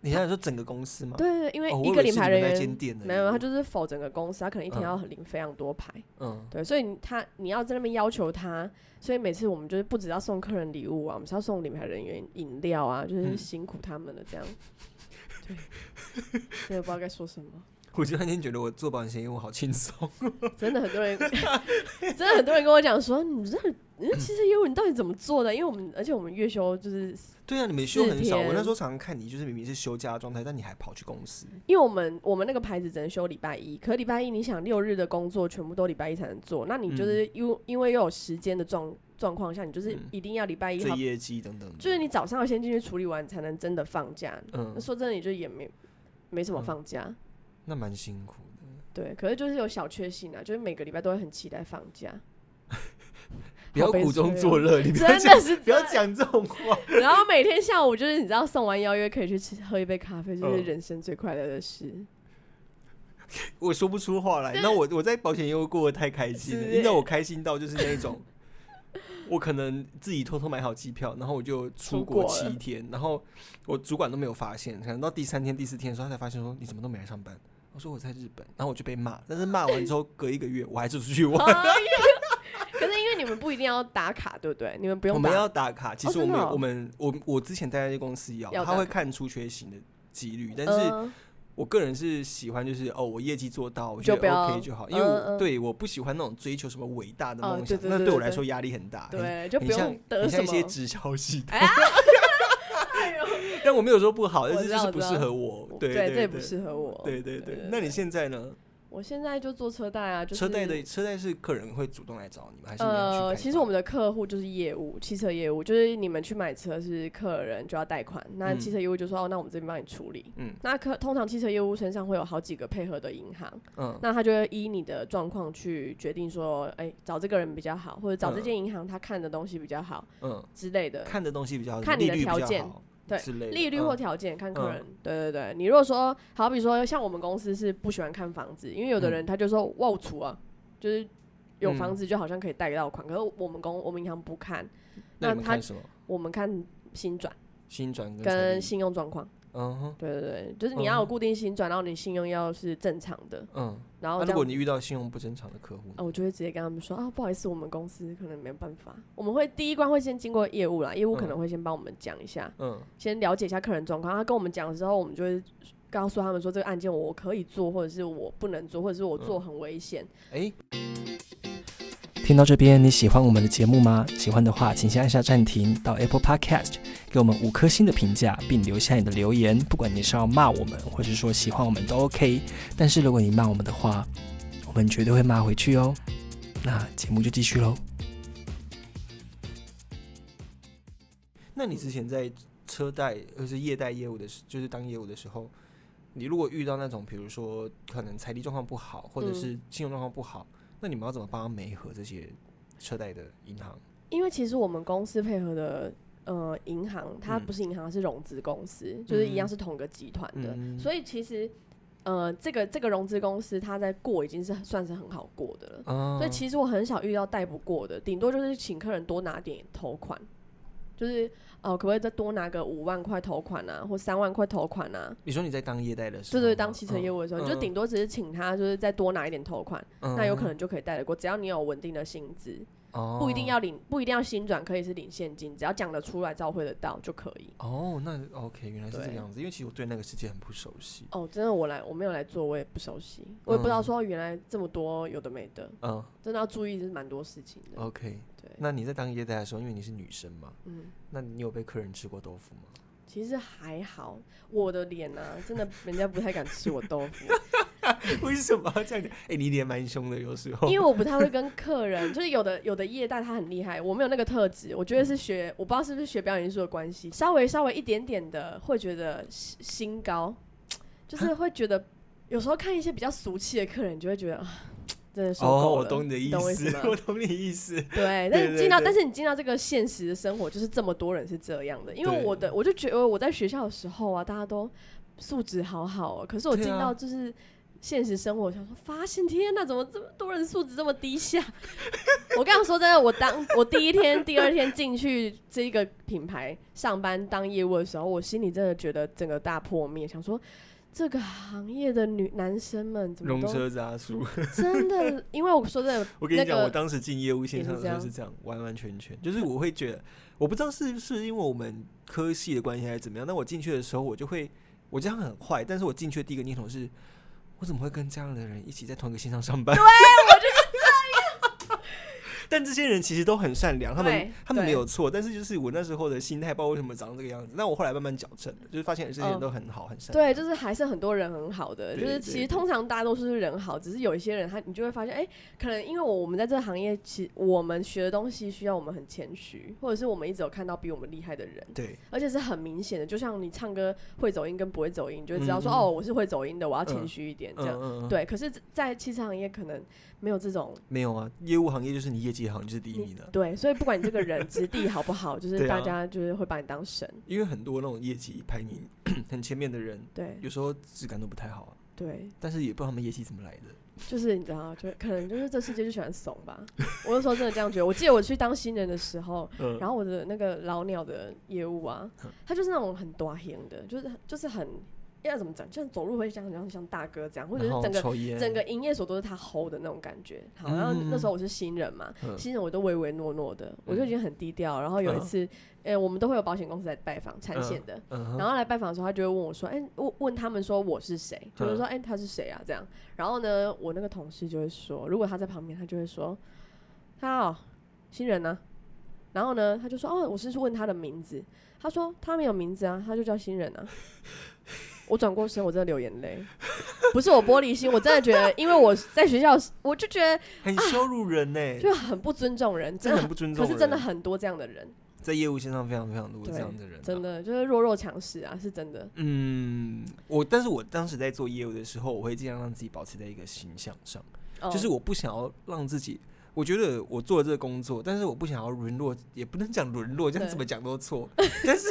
A: 你想想说整个公司吗？
B: 对对，对因为
A: 哦我以
B: 一个
A: 为
B: 领
A: 是
B: 牌
A: 你
B: 人
A: 们那间
B: 员
A: 店而
B: 没有，
A: 已
B: 他就是否整个公司，他可能一
A: 嗯
B: 天要领非常多牌，
A: 嗯，
B: 对，所以你他你要在那边要求他，所以每次我们就是不只要送客人礼物啊，我们是要送领牌人员饮料啊，就是
A: 嗯
B: 辛苦他们了这样。 对，真的不知道该说什么，
A: 我突然间觉得我做保险业务好轻松，
B: 真的很多人， 真的很多人跟我讲说，你这你这其实业务你到底怎么做的？因为我们而且我们月休就是
A: 对啊，你们休很
B: 四
A: 少，
B: 天
A: 我那时候常常看你，就是明明是休假的状态，但你还跑去公司，
B: 因为我们我们那个牌子只能休礼拜一，可礼拜一你想六日的工作全部都礼拜一才能做，那你就是因为、因为又有时间的状状况下，你就是
A: 嗯
B: 一定要礼拜一
A: 追
B: 好，
A: 业绩等等的，
B: 就是你早上要先进去处理完，才能真的放假。那
A: 嗯，
B: 说真的，你就也没没什么
A: 嗯
B: 放假，
A: 那蛮辛苦的。
B: 对，可是就是有小确幸啊，就是每个礼拜都会很期待放假，
A: 不要
B: 好悲
A: 苦
B: 催
A: 中
B: 哦
A: 作乐，你不
B: 真
A: 要
B: 的
A: 讲，
B: 是
A: 不要
B: 这样。
A: 讲这种话。
B: 然后每天下午就是你知道送完邀约可以去吃喝一杯咖啡，就是
A: 嗯
B: 人生最快乐的 事。
A: 我说不出话来。那我我在保险业务过得太开心
B: 是
A: 了，
B: 不是
A: 因为我开心到就是那一种， 我可能自己偷偷买好机票，然后我就出国
B: 出国了
A: 七天，然后我主管都没有发现，可能到第三天、第四天的时候，他才发现说你怎么都没来上班。我说我在日本，然后我就被骂，但是骂完之后隔一个月我还是出 去玩。
B: 哎呀 可是因为你们不一定要打卡，对不对？你们不
A: 我
B: 用打
A: 们要打卡，其实我
B: 真的
A: 们、
B: 哦
A: 我们我我之前待在公司要，
B: 要打
A: 他会
B: 卡
A: 看出缺勤的几率，但是
B: 嗯
A: 我个人是喜欢，就是哦，我业绩做到，我
B: 就
A: 觉
B: 不
A: 得
B: 要
A: OK 就好，因为我、
B: 嗯嗯
A: 对我不喜欢那种追求什么伟大的
B: 哦
A: 梦想，
B: 对对
A: 那
B: 对
A: 对我
B: 对
A: 来
B: 对
A: 说压力很大。很
B: 对，就不
A: 哎很像
B: 用得
A: 很
B: 什
A: 像一些
B: 么。
A: 直销系统，
B: 哎哎呦
A: 但我没有说不好，但
B: 我
A: 是
B: 知
A: 就
B: 道
A: 是
B: 我
A: 不
B: 知
A: 适
B: 道
A: 合我。对
B: 对，
A: 对，
B: 这也不适合我。
A: 对对对，那你现在呢？
B: 我现在就做车贷啊，就是
A: 车贷的车贷是客人会主动来找你吗？还是你要去
B: 呃，
A: 开
B: 其
A: 发
B: 实我们的客户就是业务，汽车业务，就是你们去买车是客人就要贷款，那
A: 嗯
B: 汽车业务就说、哦，那我们这边帮你处理。
A: 嗯
B: 那客通常汽车业务身上会有好几个配合的银行，
A: 嗯
B: 那他就会依你的状况去决定说，哎、找这个人比较好，或者找
A: 嗯
B: 这间银行他看的东西比较好
A: 嗯，
B: 之类的。
A: 看的东西比较好
B: 看
A: 利
B: 你的
A: 率比
B: 条
A: 较
B: 件
A: 好
B: 对
A: 之类的
B: 利率
A: 嗯
B: 或条件看客
A: 嗯
B: 人，对对对。你如果说，好比说像我们公司是不喜欢看房子，因为
A: 嗯
B: 有的人他就说哇，我出啊，就是有房子就好像可以贷到款，可是我们公我们银行不看，
A: 那
B: 那
A: 你们
B: 他
A: 看什么？
B: 我们看新转
A: 新转跟财
B: 跟
A: 力
B: 信用状况，
A: 嗯哼
B: 对对对，就是你要有固定新转，然后你信用要是正常的，
A: 嗯，
B: 然后
A: 那
B: 这
A: 如果
B: 样。
A: 你遇到信用不正常的客户呢，
B: 啊，我就会直接跟他们说啊，不好意思，我们公司可能没有办法。我们会第一关会先经过业务啦，业务可能会先帮我们讲一下，
A: 嗯
B: 先了解一下客人状况。他跟我们讲的时候，我们就会告诉他们说这个案件我可以做，或者是我不能做，或者是我
A: 嗯
B: 做很危险。
A: 哎。听到这边，你喜欢我们的节目吗？喜欢的话，请先按下暂停，到 Apple Podcast 给我们五颗星的评价，并留下你的留言。不管你是要骂我们，或是说喜欢我们都 OK。但是如果你骂我们的话，我们绝对会骂回去哦。那节目就继续喽。那你之前在车贷或是业贷业务的时，就是当业务的时候，你如果遇到那种，比如说可能财力状况不好，或者
B: 嗯
A: 是信用状况不好，那你们要怎么帮他媒合这些车贷的银行？
B: 因为其实我们公司配合的呃银行，它
A: 嗯
B: 不是银行，它是融资公司，就是一样
A: 嗯
B: 是同个集团的，
A: 嗯
B: 所以其实呃这个这个融资公司它在过已经是算是很好过的了。
A: 啊
B: 所以其实我很少遇到贷不过的，顶多就是请客人多拿点头款，就是哦、呃可不可以再多拿个五万块头款啊，或三万块头款啊？
A: 你说你在当业贷的时
B: 对
A: 候吗，
B: 对，当汽车业务的时候，
A: 嗯
B: 你就顶多只是请他就是再多拿一点头款，那有可、
A: 嗯
B: 能就可以贷得过，只要你有稳定的薪资，
A: 哦
B: 不一定要领，不一定要新转，可以是领现金，只要讲得出来、照会得到就可以。
A: 哦，那 OK，原来是这个
B: 对
A: 样子。因为其实我对那个世界很不熟悉。
B: 哦，真的，我来我没有来做，我也不熟悉，我也不知道说原来这么多有的没的，
A: 嗯
B: 真的要注意是蛮多事情的。
A: ，OK。
B: 对，
A: 哦那你在当业代的时候，因为你是女生嘛，
B: 嗯，
A: 那你有被客人吃过豆腐 吗？
B: 其实还好，我的脸 呢、真的人家不太敢吃我豆腐，
A: 为什么要这样讲？哎、你脸蛮凶的，有时候
B: 因为我不太会跟客人， 就是有的有的业代他很厉害，我没有那个特质，我觉得是学，我不知道是不是学表演艺术的关系，稍微稍微一点点的会觉得心心高，就是会觉得有时候看一些比较俗气的客人，你就会觉得啊，真的受够了。
A: 哦，我懂你的意
B: 懂我意思
A: 思
B: 吗，
A: 我懂你的意思。
B: 对，但
A: 对
B: 是
A: 对
B: 进到，
A: 对
B: 但是你进到这个现实的生活，就是这么多人是这样的。因为
A: 对
B: 我的，我就觉得我在学校的时候啊，大家都素质好好、哦，可是我
A: 对
B: 进
A: 啊
B: 到就是现实生活，我想说，发现天呐，怎么这么多人素质这么低下？ 我刚刚说真的，我当我第一天、第二天进去这个品牌上班当业务的时候，我心里真的觉得整个大破灭，想说这个行业的女男生们怎么
A: 龙
B: 都
A: 车杂叔，
B: 真的，因为我说真的，
A: 我跟你讲，
B: 那个
A: 我当时进业务线上的时候
B: 也
A: 是
B: 是
A: 这样，完完全全就是我会觉得，我不知道是不是因为我们科系的关系还是怎么样，但我进去的时候我就会，我这样很坏，但是我进去的第一个念头是，我怎么会跟这样的人一起在同一个线上上班？对，我 就是这样。 但这些人其实都很善良，他们
B: 对
A: 他们没
B: 对
A: 有错，但是就是我那时候的心态，不知道为什么长这个样子。但我后来慢慢矫正了，就是发现这些人
B: 嗯
A: 都很好，很善良。
B: 对，就是还是很多人很好的，就
A: 对
B: 是
A: 对
B: 其实
A: 对
B: 通常大多数是人好，只是有一些人他你就会发现，哎、可能因为我我们在这个行业，其我们学的东西需要我们很谦虚，或者是我们一直有看到比我们厉害的人，
A: 对
B: 而且是很明显的，就像你唱歌会走音跟不会走音，你就会知道
A: 嗯
B: 说、
A: 嗯
B: 哦，我是会走音的，我要
A: 嗯
B: 谦虚一点这样。
A: 嗯嗯，嗯
B: 对，可是，在汽车行业可能没有这种
A: 没有啊，业务行业就是你业绩好，你就是第一
B: 你
A: 名的。
B: 对，所以不管你这个人质地好不好，就是
A: 对啊
B: 大家就是会把你当神，
A: 因为很多那种业绩排名 很前面的人，
B: 对
A: 有时候质感都不太好、啊，
B: 对，
A: 但是也不知道他们业绩怎么来的。
B: 就是你知道，就可能就是这世界就喜欢怂吧。 我那时候真的这样觉得。我记得我去当新人的时候，
A: 嗯，
B: 然后我的那个老鸟的业务啊
A: 嗯，
B: 他就是那种很短型的，就是就是很要怎么讲，就是走路会像像像大哥这样，或者是整个
A: 抽烟，
B: 整个营业所都是他 hold 的那种感觉。好，
A: 嗯
B: 然后那时候我是新人嘛，
A: 嗯
B: 新人我都唯唯诺诺的，我就已经很低调。然后有一次，呃，我们都会有保险公司来拜访产险的，
A: 嗯哼，
B: 然后来拜访的时候，他就会问我说：“哎、问问他们说我是谁？”
A: 嗯
B: 就是说：“哎、他是谁啊？”这样。然后呢，我那个同事就会说，如果他在旁边，他就会说：“他哦，新人呢、然后呢，他就说：“哦，我是问他的名字。”他说：“他没有名字啊，他就叫新人啊。”我转过身，我真的流眼泪，不是我玻璃心，我真的觉得，因为我在学校，我就觉得
A: 很羞辱人呢、
B: 就很不尊重人，
A: 这
B: 真的
A: 哎很不尊重
B: 啊可
A: 人。
B: 是真的很多这样的人，
A: 在业务线上非常非常多
B: 对
A: 这样的人、啊
B: 真。的就是弱肉强食啊，是真的。
A: 嗯，我但是我当时在做业务的时候，我会尽量让自己保持在一个形象上，
B: 哦
A: 就是我不想要让自己，我觉得我做了这个工作，但是我不想要沦落，也不能讲沦落，这样
B: 对
A: 怎么讲都错。但是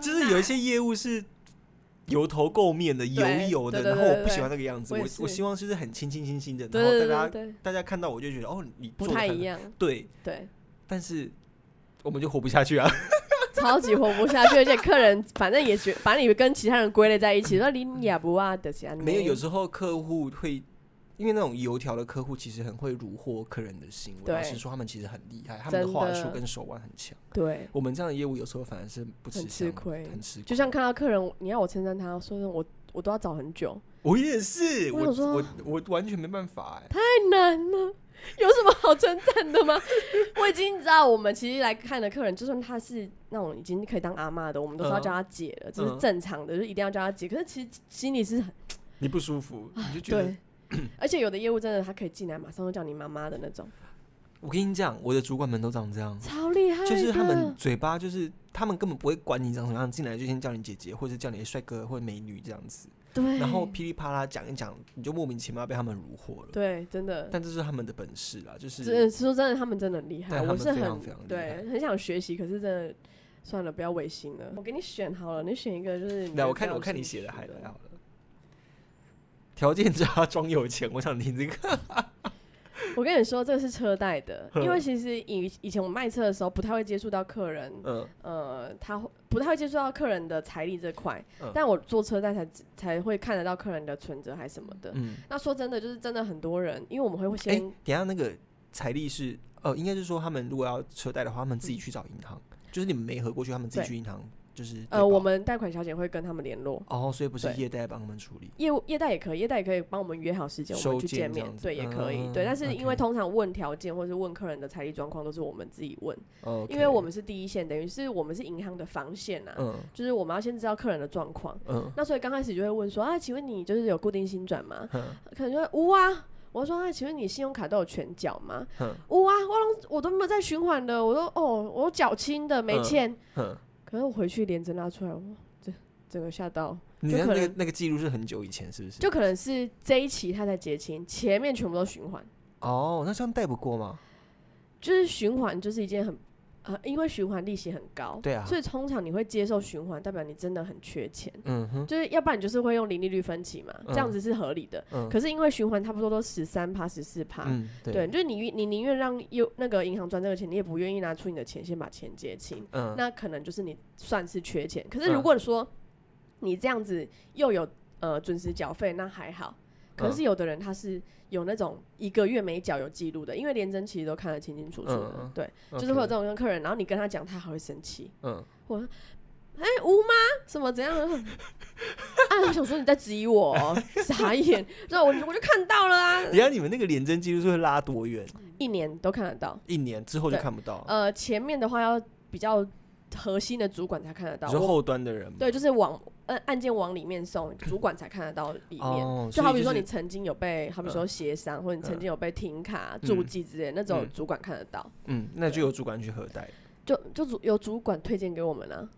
A: 就是有一些业务是油头垢面的、油
B: 对
A: 油的，
B: 对
A: 然
B: 对
A: 后
B: 对
A: 我不
B: 对
A: 喜欢那个样子。
B: 我
A: 我
B: 也是
A: 我希望就是很清清新新的，
B: 对
A: 然后
B: 对
A: 大家
B: 对对，
A: 大家看到我就觉得哦，你
B: 不
A: 做得
B: 太
A: 很
B: 一，样，
A: 对。
B: 对，
A: 但是我们就活不下去啊！
B: 超级活不下去，而且客人反正也觉，反正也跟其他人归类在一起，说你也不啊的其他
A: 没有，有时候客户会。因为那种油条的客户其实很会虏获客人的心，我
B: 对
A: 老实说，他们其实很厉害，他们的
B: 真
A: 话术
B: 的
A: 跟手腕很强。
B: 对，
A: 我们这样的业务有时候反而是不吃
B: 很
A: 香
B: 吃
A: 的，
B: 亏
A: 很吃亏。
B: 就像看到客人，你要我称赞他，说真的我我都要找很久，
A: 我也是，
B: 我
A: 我
B: 想说
A: 我我完全没办法哎、
B: 太难了。 有什么好称赞 的吗？我已经知道，我们其实来看的客人，就算他是那种已经可以当阿嬷的，我们都是要
A: 嗯
B: 叫他姐了，这是
A: 嗯
B: 正常的，就一定要叫他姐。可是其实心里是很
A: 你不舒服，你就觉得
B: 对，而且有的业务真的他可以进来马上就叫你妈妈的那种，
A: 我跟你讲，我的主管们都长这样，
B: 超厉害的，
A: 就是他们嘴巴就是他们根本不会管你长什么样，进来就先叫你姐姐，或者叫你帅哥或者美女这样子，
B: 对，
A: 然后噼里啪啦讲一讲，你就莫名其妙被他们虏获了。
B: 对，真的，
A: 但这是他们的本事啦，就
B: 真的
A: 是
B: 说真的，他们真的很厉害，
A: 对
B: 我
A: 他们
B: 是
A: 非常
B: 很
A: 非常厉害
B: 对很想学习，可是真的算了，不要违心了。我给你选好了，你选一个就是你
A: 来我
B: 觉
A: 看
B: 得
A: 我看
B: 比
A: 你
B: 较
A: 写
B: 有
A: 的
B: 兴
A: 还
B: 趣
A: 来好啊了，条件差装有钱，我想听这 个。
B: 我跟你说，这个是车 贷的，因为其实以以前我卖车的时候，不太会接触到客人，
A: 嗯，
B: 呃，他会不太会接触到客人的财力这块，
A: 嗯
B: 但我做车贷才知才会看得到客人的存折还什么的。
A: 嗯，
B: 那说真的，就是真的很多人，因为我们会
A: 哎、
B: 先、
A: 等一下那个财力是呃，应该是说他们如果要车贷的话，他们自己去找银行，就是你们没合过去，他们自己
B: 嗯对
A: 去银行，就是对
B: 呃，我
A: 保
B: 们贷款小姐会跟他们联络，
A: 哦，所以不是
B: 对
A: 业代帮他们处理。
B: 业务业代也可以，业代也可以帮我们约好时间，我
A: 收
B: 们去
A: 件
B: 见
A: 这
B: 面
A: 样，子
B: 对，也可以，
A: 嗯
B: 对。但是因为
A: OK
B: 通常问条件或是问客人的财力状况都是我们自己问，
A: 哦，
B: 因为我们是第一线，等于是我们是银行的防线啊，
A: 嗯
B: 就是我们要先知道客人的状况。
A: 嗯
B: 那所以刚开始就会问说啊，请问你就是有固定薪转吗？
A: 哼
B: 可能就会无啊。我说啊，请问你信用卡都有全缴吗？
A: 哼
B: 无啊，我拢我都没有在循环的，我都哦，我有缴清的没
A: 嗯
B: 欠。
A: 哼，
B: 可是我回去连着拉出来，我这整个吓到，
A: 你
B: 就
A: 的
B: 可
A: 那个
B: 能
A: 那个记录是很久以前，是不是？
B: 就可能是这一期他才结清，前面全部都循环，
A: 哦，那这样带不过吗？
B: 就是循环就是一件很。呃，因为循环利息很高，
A: 对啊
B: 所以通常你会接受循环，代表你真的很缺钱，
A: 嗯哼，
B: 就是要不然你就是会用零利率分期嘛，这样
A: 嗯
B: 子是合理的。
A: 嗯
B: 可是因为循环差不多都十三趴、十四趴，
A: 嗯，
B: 对，，就是你你宁愿让又那个银行赚这个钱，你也不愿意拿出你的钱先把钱结清，
A: 嗯，
B: 那可能就是你算是缺钱。可是
A: 嗯
B: 如果说你这样子又有呃准时缴费，那还好。
A: 嗯
B: 可是有的人他是有那种一个月没缴有记录的，因为连征其实都看得清清楚楚的，
A: 嗯嗯
B: 对，
A: OK
B: 就是会有这种跟客人，然后你跟他讲，他还会生气，
A: 嗯，
B: 哎、吴妈什么怎样？我说啊，我想说你在质疑我哦、傻眼，然后我我就看到了啊，
A: 等一下你们那个连征记录是会拉多远？
B: 一年都看得到。
A: 一年之后就
B: 对
A: 看不到，
B: 呃，前面的话要比较核心的主管才看得到
A: 你，说
B: 我
A: 后端的人吗
B: 对，就是往呃案件往里面送，主管才看得到里面。
A: 哦，
B: 就好比说
A: 所以
B: 你曾经有被，好比说协商，或者你曾经有被停卡、注记之类的，那种
A: 嗯
B: 主管看得到，
A: 嗯，那就由主管去核贷，
B: 就就主有主管推荐给我们啊。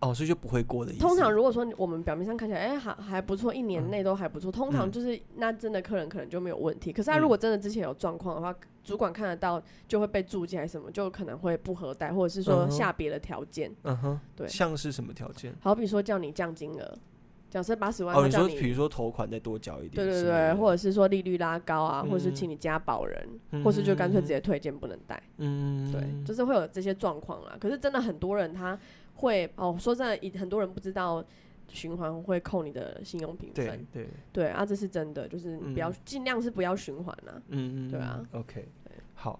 A: 哦，所以就不会过的意思。
B: 通常如果说我们表面上看起来，哎、还还不错，一年内都还不错，通常
A: 嗯
B: 就是那真的客人可能就没有问题。可是他
A: 嗯
B: 如果真的之前有状况的话，主管看得到就会被注记还是什么，就可能会不核贷，或者是
A: 嗯
B: 说
A: 哼
B: 下别的条件。
A: 嗯哼，
B: 对
A: 像是什么条件？
B: 好比说叫你降金额，假设八十万，
A: 哦，
B: 他
A: 你
B: 叫
A: 说
B: 你
A: 比如说头款再多缴一点
B: 对
A: 之类
B: 对
A: 的，
B: 对，或者是说利率拉高啊，
A: 嗯
B: 或者是请你加保人，或是就干脆直接推荐不能贷，
A: 嗯，
B: 对，就是会有这些状况啦。可是真的很多人他会哦，说真的，一很多人不知道。循环会扣你的信用评
A: 对
B: 分，
A: 对，
B: 对啊，这是真的，就是你不要
A: 嗯
B: 尽量是不要循环啦
A: 嗯，
B: 对啊
A: ，OK，
B: 对
A: 好，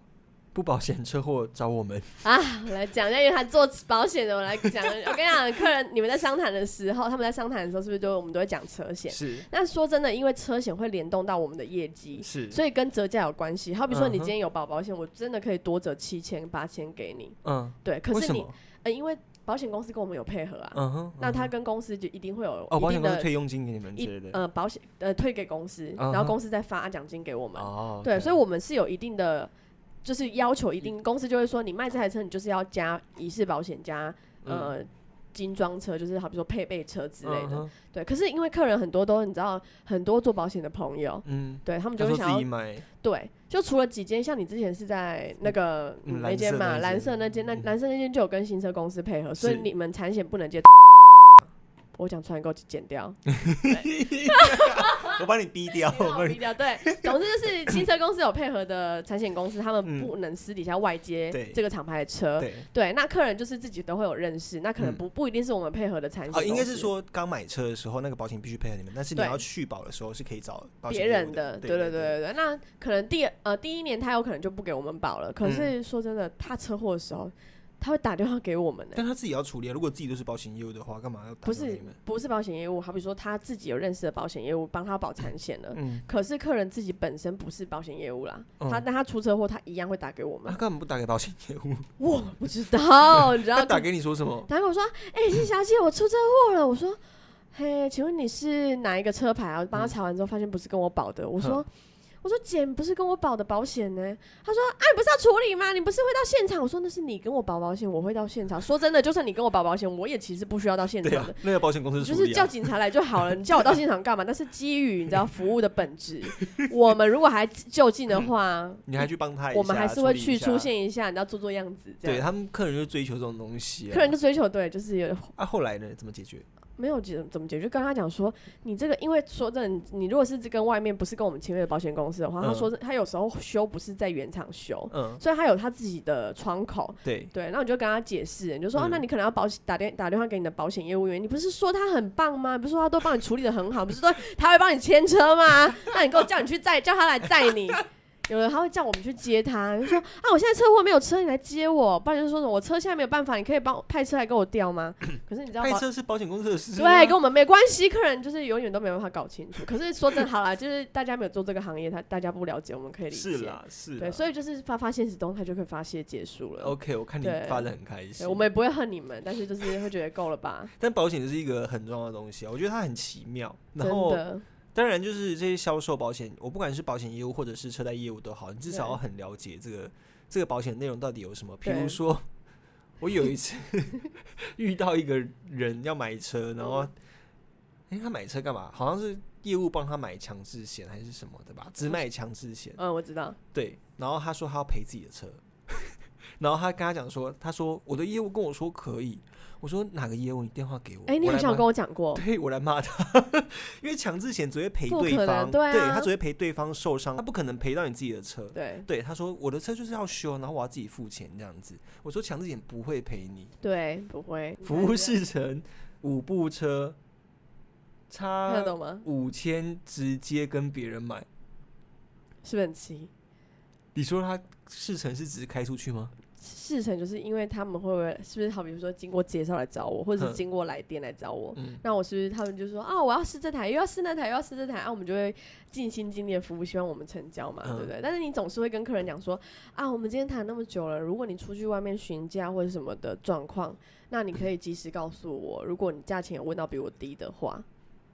A: 不保险车祸找我们，
B: 啊！我来讲一下，因为他做保险的，我来讲。 我跟你讲，客人你们在商谈的时候，他们在商谈的时候，是不是都我们都会讲车险？
A: 是
B: 那说真的，因为车险会联动到我们的业绩，
A: 是，
B: 所以跟折价有关系。好比说，你
A: 嗯哼
B: 今天有保保险，我真的可以多折七千、八千给你。
A: 嗯，
B: 对，可
A: 为
B: 是
A: 什
B: 你
A: 么？
B: 呃，因为保险公司跟我们有配合啊，
A: 嗯哼，
B: 那
A: 嗯
B: 他
A: 哼
B: 跟公司就一定会有
A: 哦，保
B: 一
A: 险
B: 定
A: 公司
B: 的
A: 退佣金给你们之类的，
B: 呃保险呃退给公司，
A: 嗯哼
B: 然后公司再发啊奖金给我们。
A: 哦，
B: 对，
A: OK
B: 所以我们是有一定的。就是要求一定，公司就会说你卖这台车，你就是要加仪式保险加呃精装车，就是好比说配备车之类，
A: 嗯
B: 的。
A: 哼
B: 对，可是因为客人很多都你知道，很多做保险的朋友，
A: 嗯，
B: 对他们
A: 他
B: 就会
A: 说
B: 想要
A: 自己买，
B: 对，就除了几间，像你之前是在那个
A: 嗯
B: 嗯
A: 蓝
B: 那间
A: 色那
B: 嘛，
A: 一
B: 蓝
A: 间
B: 色那间，那
A: 嗯
B: 蓝色那间就有跟新车公司配合，所以
A: 是
B: 你们产险不能接。我讲传给我 剪掉，
A: 我帮你逼掉，
B: 你
A: 我
B: 把我
A: 帮
B: 逼
A: 你，
B: 掉。对，总之就是新车公司有配合的产险公司，他
A: 嗯
B: 们不能私底下外接
A: 对
B: 这个厂牌的车。
A: 对。
B: 对，那客人就是自己都会有认识，那可能
A: 嗯
B: 不不一定是我们配合的产险
A: 哦，
B: 公司，
A: 应该是说刚买车的时候，那个保险必须配合你们，但是你
B: 对
A: 要续保的时候是可以找保险
B: 别
A: 业务
B: 人
A: 的
B: 的，。对对
A: 对
B: 对对对。那可能第呃第一年他有可能就不给我们保了，可
A: 嗯
B: 是说真的，他车祸的时候他会打电话给我们的、
A: 但他自己要处理啊，如果自己都是保险业务的话，干嘛要打电话
B: 不是
A: 给你们？
B: 不是保险业务，好比说他自己有认识的保险业务帮他保产险了。
A: 嗯，
B: 可是客人自己本身不是保险业务啦，
A: 嗯
B: 他但他出车祸，他一样会打给我
A: 他
B: 们。
A: 干嘛不打给保险业务？
B: 我不知道，你知道
A: 他？打给你说什么？
B: 他跟我说：“哎、谢小姐，我出车祸了。”我说：“嘿，请问你是哪一个车牌啊？”我
A: 嗯
B: 帮他查完之后，发现不是跟我保的。我说：“我说姐，你不是跟我保的保险呢？”他说：“啊，你不是要处理吗？你不是会到现场？”我说：“那是你跟我保保险，我会到现场。说真的，就算你跟我保保险，我也其实不需要到现场
A: 对
B: 的。
A: 啊，那个保险公司
B: 你就
A: 处
B: 是
A: 理
B: 叫
A: 啊。
B: 警察来就好了，你叫我到现场 干嘛？但是基于你知道服务的本质，我们如果还就近的 话，
A: 你还去帮他一下，
B: 我们还是会
A: 处理一
B: 去
A: 下
B: 出。现一下，你知道做做样子这
A: 对
B: 样。
A: 他们客人就追求这种东西、啊。
B: 客人就追求对，就是有
A: 啊，后来呢？怎么解决？
B: 没有解怎么解决，就跟他讲说，你这个因为说真的，你你如果是跟外面不是跟我们签约的保险公司的话，
A: 嗯
B: 他说是他有时候修不是在原厂修，
A: 嗯，
B: 所以他有他自己的窗口。
A: 对，
B: 对，那我就跟他解释，你就说、哦
A: 嗯，
B: 那你可能要保险打电打电话给你的保险业务员，你不是说他很棒吗？你不是说他都帮你处理的很好，不是说他会帮你牵车吗？那你给我叫你去载，叫他来载你。有人他会叫我们去接他，就说啊，我现在车祸没有车，你来接我。不然就说什么我车现在没有办法，你可以帮我派车来给我调吗？可是你知道
A: 开
B: 保
A: 车是保险公司的事、啊。
B: 对，跟我们没关系。客人就是永远都没办法搞清楚。可是说真的，好啦，就是大家没有做这个行业，他大家不了解，我们可以理解。
A: 是啦，是啦。
B: 对，所以就是发发现实动态就可以发泄结束了。
A: OK，我看你
B: 对
A: 发的很开心
B: 对，。我们也不会恨你们，但是就是会觉得够了吧？
A: 但保险是一个很重要的东西啊，我觉得它很奇妙。 然
B: 真
A: 后
B: 的，
A: 当然，就是这些销售保险，我不管是保险业务或者是车贷业务都好，你至少
B: 对
A: 要很了解这个这个保险内容到底有什么。比如
B: 对
A: 说， 我有一次 遇到一个人要买车，
B: 嗯
A: 然后，哎、他买车干嘛？好像是业务帮他买强制险还是什么的吧，只买强制险。
B: 嗯，我知道，
A: 对，然后他说他要赔自己的车， 然后他跟他讲说，他说我的业务跟我说可以，我说哪个业务？你电话给我。
B: 哎、你
A: 我
B: 好
A: 来
B: 像有
A: 骂
B: 跟我讲过，
A: 对我来骂他， 因为强制险只会赔
B: 不
A: 对
B: 可能
A: 方，
B: 对啊
A: 他只会赔对方受伤，他不可能赔到你自己的车。
B: 对
A: 对，他说我的车就是要修，然后我要自己付钱这样子。我说强制险不会赔你，
B: 对，不会，
A: 服务事成五部车，
B: 看得
A: 差
B: 懂吗？
A: 五千直接跟别人买。
B: 是不是很奇？
A: 你说他事成是只是开出去吗？
B: 事成就是因为他们会不会是不是好比如说经过介绍来找我，或
A: 嗯
B: 者是经过来电来找我，
A: 嗯，
B: 那我是不是他们就说啊，我要试这台，又要试那台，又要试这台，啊，我们就会尽心尽力的服务，希望我们成交嘛，
A: 嗯
B: 对不对？但是你总是会跟客人讲说啊，我们今天谈那么久了，如果你出去外面询价或者什么的状况，那你可以及时告诉我，如果你价钱有问到比我低的话，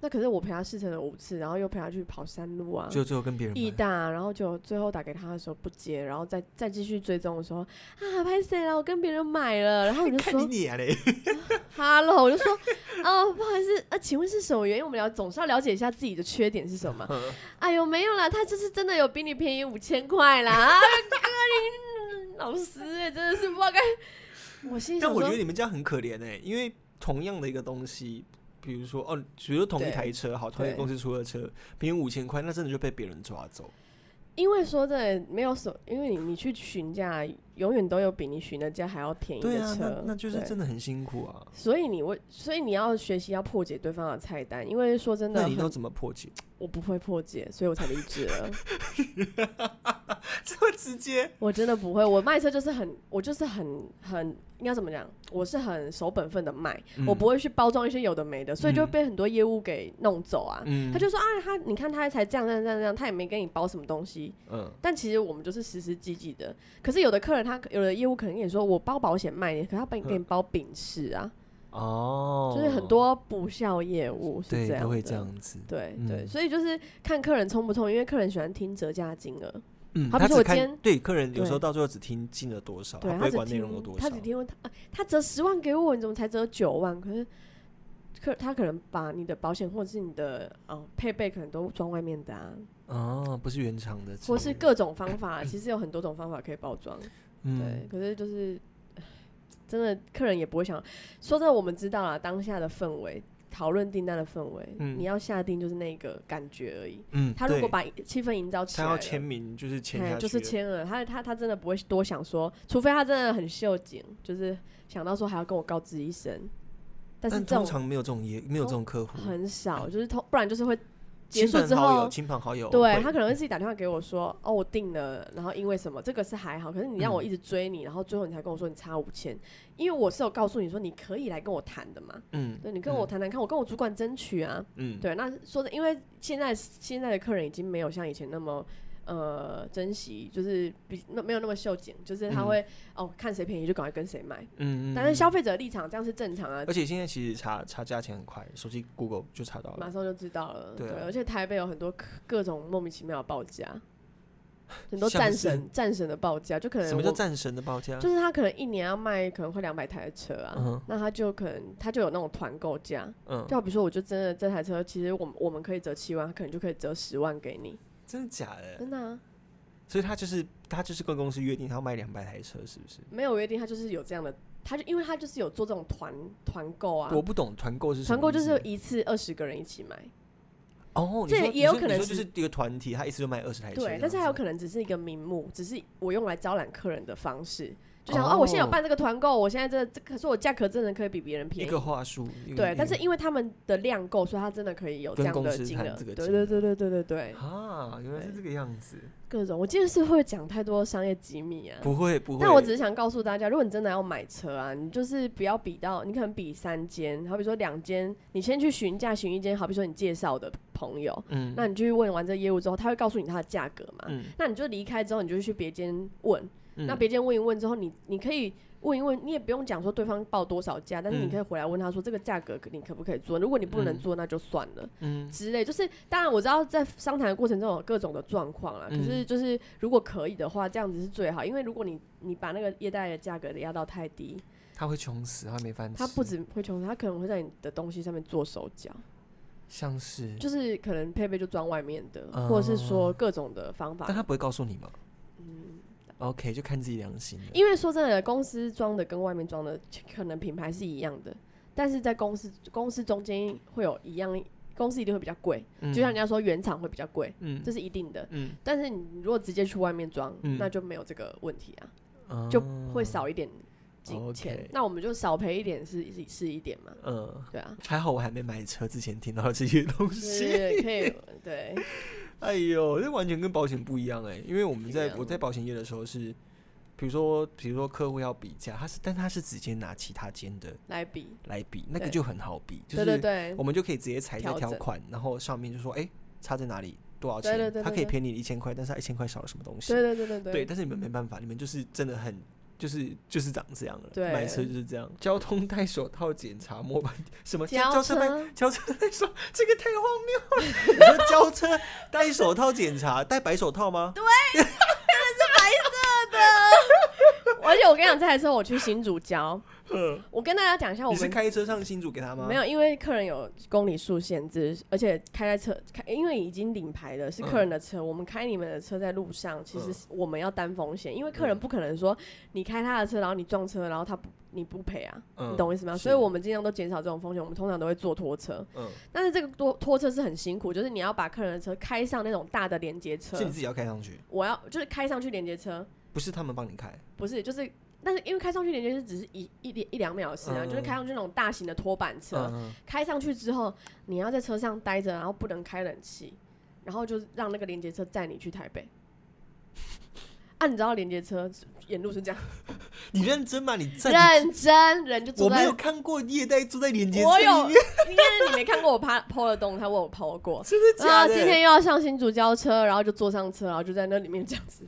B: 那可是我陪他试乘了五次，然后又陪他去跑山路啊，
A: 就最后跟别人
B: 意
A: 买。
B: 大，然后就最后打给他的时候不接，然后再再继续追踪的时候啊，拍谁了？我跟别人买了，然后我就
A: 看你
B: 说
A: 脸啊嘞，
B: Hello，我就说哦，不好意思，呃，请问是什么原因？我们了总是要了解一下自己的缺点是什么。
A: 嗯
B: 哎呦，没有啦，他就是真的有比你便宜五千块啦。啊，哥你老师哎、真的是不知道该，我心里
A: 但
B: 想
A: 我觉
B: 说
A: 得，你们这样很可怜哎、因为同样的一个东西，比如说哦，比如说同一
B: 对
A: 台车，好，同一个
B: 对
A: 公司出的车，平均五千块，那真的就被别人抓走。
B: 因为说真的没有什，因为你你去询价，永远都有比你询的价还要便宜的
A: 对啊，
B: 车，
A: 那那就是
B: 对
A: 真的很辛苦啊。
B: 所以你为，所以你要学习要破解对方的菜单，因为说真的
A: 那你
B: 很，
A: 都怎么破解？
B: 我不会破解，所以我才离职了。
A: 这么直接？
B: 我真的不会，我卖车就是很，我就是很很应该怎么讲？我是很守本分的卖，
A: 嗯
B: 我不会去包装一些有的没的，所以就会被很多业务给弄走啊。
A: 嗯，
B: 他就说啊，他你看他才这样这样这样这样，他也没给你包什么东西。
A: 嗯，
B: 但其实我们就是实实际际的。可是有的客人他有的业务可能跟你说我包保险卖你，可他帮你给你包饼式啊，
A: 嗯哦，
B: 就是很多不孝业务是
A: 对
B: 这样
A: 都会
B: 的
A: 这样子。
B: 对
A: 嗯
B: 对，所以就是看客人冲不冲，因为客人喜欢听折价金额，
A: 嗯，
B: 好
A: 他
B: 比
A: 只
B: 说我
A: 看
B: 今天
A: 对客人有时候
B: 对
A: 到最后只听进了多少，
B: 对
A: 啊
B: 啊
A: 不
B: 他
A: 会
B: 只
A: 管内容有
B: 听
A: 多
B: 他
A: 少
B: 只。听问他、啊、他折十万给我，你怎么才折九万？可是可他可能把你的保险或者是你的呃配备可能都装外面的啊，
A: 哦，不是原厂的之类的，
B: 或是各种方 法，其实有很多种方法可以包装。对
A: 嗯，，
B: 可是就是唉真的客人也不会想，说真的，我们知道啦，当下的氛围。讨论订单的氛围，
A: 嗯
B: 你要下定就是那个感觉而已。
A: 嗯，
B: 他如果
A: 对
B: 把气氛营造起
A: 他
B: 来
A: 要
B: 了，
A: 签名，就是签
B: 哎
A: 下去，
B: 就是。签了。他他他真的不会多想说，除非他真的很秀景，就是想到说还要跟我告知一声。但是
A: 但
B: 这
A: 通
B: 种
A: 常没有这种也没有这种客户，
B: 很少，就是通不然就是会结
A: 亲
B: 束
A: 朋
B: 之
A: 好友
B: 后
A: 亲朋好友会，嗯
B: 对他可能会自己打电话给我说，哦，我定了，然后因为什么，这个是还好，可是你
A: 嗯
B: 让我一直追你，然后最后你才跟我说你差五千，因为我是有告诉你说你可以来跟我谈的嘛，
A: 嗯，
B: 对你跟我谈谈看，我跟我主管争取啊，
A: 嗯，嗯，
B: 对，那说的，因为现在现在的客人已经没有像以前那么呃珍惜，就是比那没有那么秀景，就是他
A: 嗯
B: 会、哦看谁便宜就赶快跟谁买。
A: 嗯嗯，
B: 但是消
A: 嗯，
B: 费者的立场这样是正常啊
A: 而，且现在其实查查价钱很快，手机 Google 就查到
B: 马
A: 了，
B: 上就知道了。
A: 对啊
B: 而且台北有很多各各种莫名其妙的报价，很多
A: 像
B: 战
A: 是
B: 神战神的报价，就可能
A: 什么叫
B: 我
A: 战神的报价？
B: 就是他可能一年要卖可能快两百台的车啊，
A: 嗯
B: 那他就可能他就有那种团购价，
A: 嗯，
B: 就好比说我就真的这台车，其实我们我们可以折七万，他可能就可以折十万给你，
A: 真的假的？
B: 真的啊。
A: 所以他就是他就是跟公司约定，他要卖两百台车，是不是？
B: 没有约定，他就是有这样的，他就因为他就是有做这种团团购啊，
A: 我不懂团购是什么
B: 团购就是
A: 意思
B: 一次二十个人一起买，
A: 哦，你
B: 这
A: 说
B: 也
A: 你
B: 有
A: 说
B: 可
A: 你
B: 能
A: 说就是是一个团体，他一次就卖二十台车这样
B: 对
A: 子，，
B: 但是还有可能只是一个名目，只是我用来招揽客人的方式，就想说哦我现在有办这个团购，我现在这这可是我价格真的可以比别人
A: 一
B: 便宜
A: 个。话术，一个
B: 对，但是
A: 一
B: 因为他们的量够，所以他真的可以有这
A: 跟
B: 样
A: 公
B: 的
A: 司
B: 金
A: 谈
B: 额。
A: 这个
B: 对
A: 金额
B: 对对对对对对
A: 个，啊，原来是
B: 对
A: 这个样子，
B: 各种，我记得是会讲太多商业机密啊。
A: 不会不会，
B: 但我只是想告诉大家，如果你真的要买车啊，你就是不要比到，你可能比三间，好比说两间，你先去询价询一间，好比说你介绍的朋友，
A: 嗯
B: 那你去问完这业务之后，他会告诉你他的价格嘛？
A: 嗯
B: 那你就离开之后，你就去别间问，
A: 嗯
B: 那别间问一问之后，你你可以问一问，你也不用讲说对方报多少价，但是
A: 嗯
B: 你可以回来问他说这个价格你可不可以做？如果你不能
A: 嗯
B: 做，那就算了。
A: 嗯
B: 之类，就是当然我知道在商谈的过程中有各种的状况啦，
A: 嗯
B: 可是就是如果可以的话，这样子是最好，因为如果你你把那个业贷的价格压到太低，
A: 他会穷死，他没饭吃。
B: 他不止会穷死，他可能会在你的东西上面做手脚，
A: 像是，
B: 就是可能佩佩就装外面的，
A: 嗯
B: 或者是说各种的方法
A: 但。他不会告诉你吗
B: 嗯，
A: ？OK，就看自己良心了。
B: 因为说真的，公司装的跟外面装的可能品牌是一样的，但是在公司公司中间会有一样，公司一定会比较贵，
A: 嗯
B: 就像人家说原厂会比较贵，
A: 嗯
B: 这是一定的。
A: 嗯，
B: 但是你如果直接去外面装，
A: 嗯
B: 那就没有这个问题啊，就会少一点金
A: 哦 OK
B: 钱。那我们就少赔一点是是是一点嘛，
A: 嗯。嗯，
B: 对啊，
A: 还好我还没买车之前听到这些东
B: 就
A: 西。
B: 是可以对，
A: 哎呦，这完全跟保险不一样哎、因为我们
B: 不一
A: 在
B: 样
A: 我在保险业的时候是，比如说比如说客户要比价，他是但他是直接拿其他间的
B: 来比，
A: 来比，那个
B: 对
A: 就很好比， 就
B: 对对
A: 是
B: 对
A: 我们就可以直接裁这
B: 调
A: 条
B: 整
A: 款，然后上面就说哎、差在哪里多少
B: 对对
A: 钱，
B: 对
A: 他
B: 对
A: 可以
B: 对
A: 便宜你一千块，但是他一千块少了什么东西？
B: 对对对对对
A: 对，但是你们没办法，你们就是真的很。就是就是长这样了，
B: 对
A: 买车就是这样。交通戴手套检查摸板什么交交
B: 交
A: 车戴
B: 车
A: 交车戴手，这个太荒谬了。你说交车戴手套检查，戴白手套吗？
B: 啊而且我跟你讲，这台车我去新竹交，我跟大家讲一下，我
A: 嗯你是
B: 们
A: 开车上新竹给他吗？
B: 没有，因为客人有公里数限制，而且开在车开，因为已经领牌了，是客人的车，我们开你们的车在路上，其实
A: 嗯
B: 是我们要担风险，因为客人
A: 嗯
B: 不可能说你开他的车，然后你撞车，然后他不你不赔啊，
A: 嗯，
B: 你懂我意思吗？
A: 是
B: 所以我们尽量都减少这种风险，我们通常都会坐拖车，
A: 嗯，
B: 但是这个拖拖车是很辛苦，就是你要把客人的车开上那种大的连接车
A: 是，你自己要开上去，
B: 我要就是开上去连接车，
A: 不是他们帮你开。
B: 不是，就是，但是因为开上去连接是只是一一一一两秒的事啊，
A: 嗯
B: 就是开上去那种大型的拖板车，
A: 嗯，
B: 开上去之后，你要在车上待着，然后不能开冷气，然后就是让那个连接车载你去台北。 啊，你知道连接车沿路是这样，
A: 你认真吗？你站，
B: 认真人就
A: 我
B: 坐
A: 没
B: 在
A: 有。看过夜代坐在连接车
B: 我有，
A: 里
B: 因
A: 面，
B: 为你没看过我拍 PO 的动态，我有 PO 过。
A: 真的假
B: 啊，今
A: 的？
B: 天又要上新竹交车，然后就坐上车，然后就在那里面这样 子。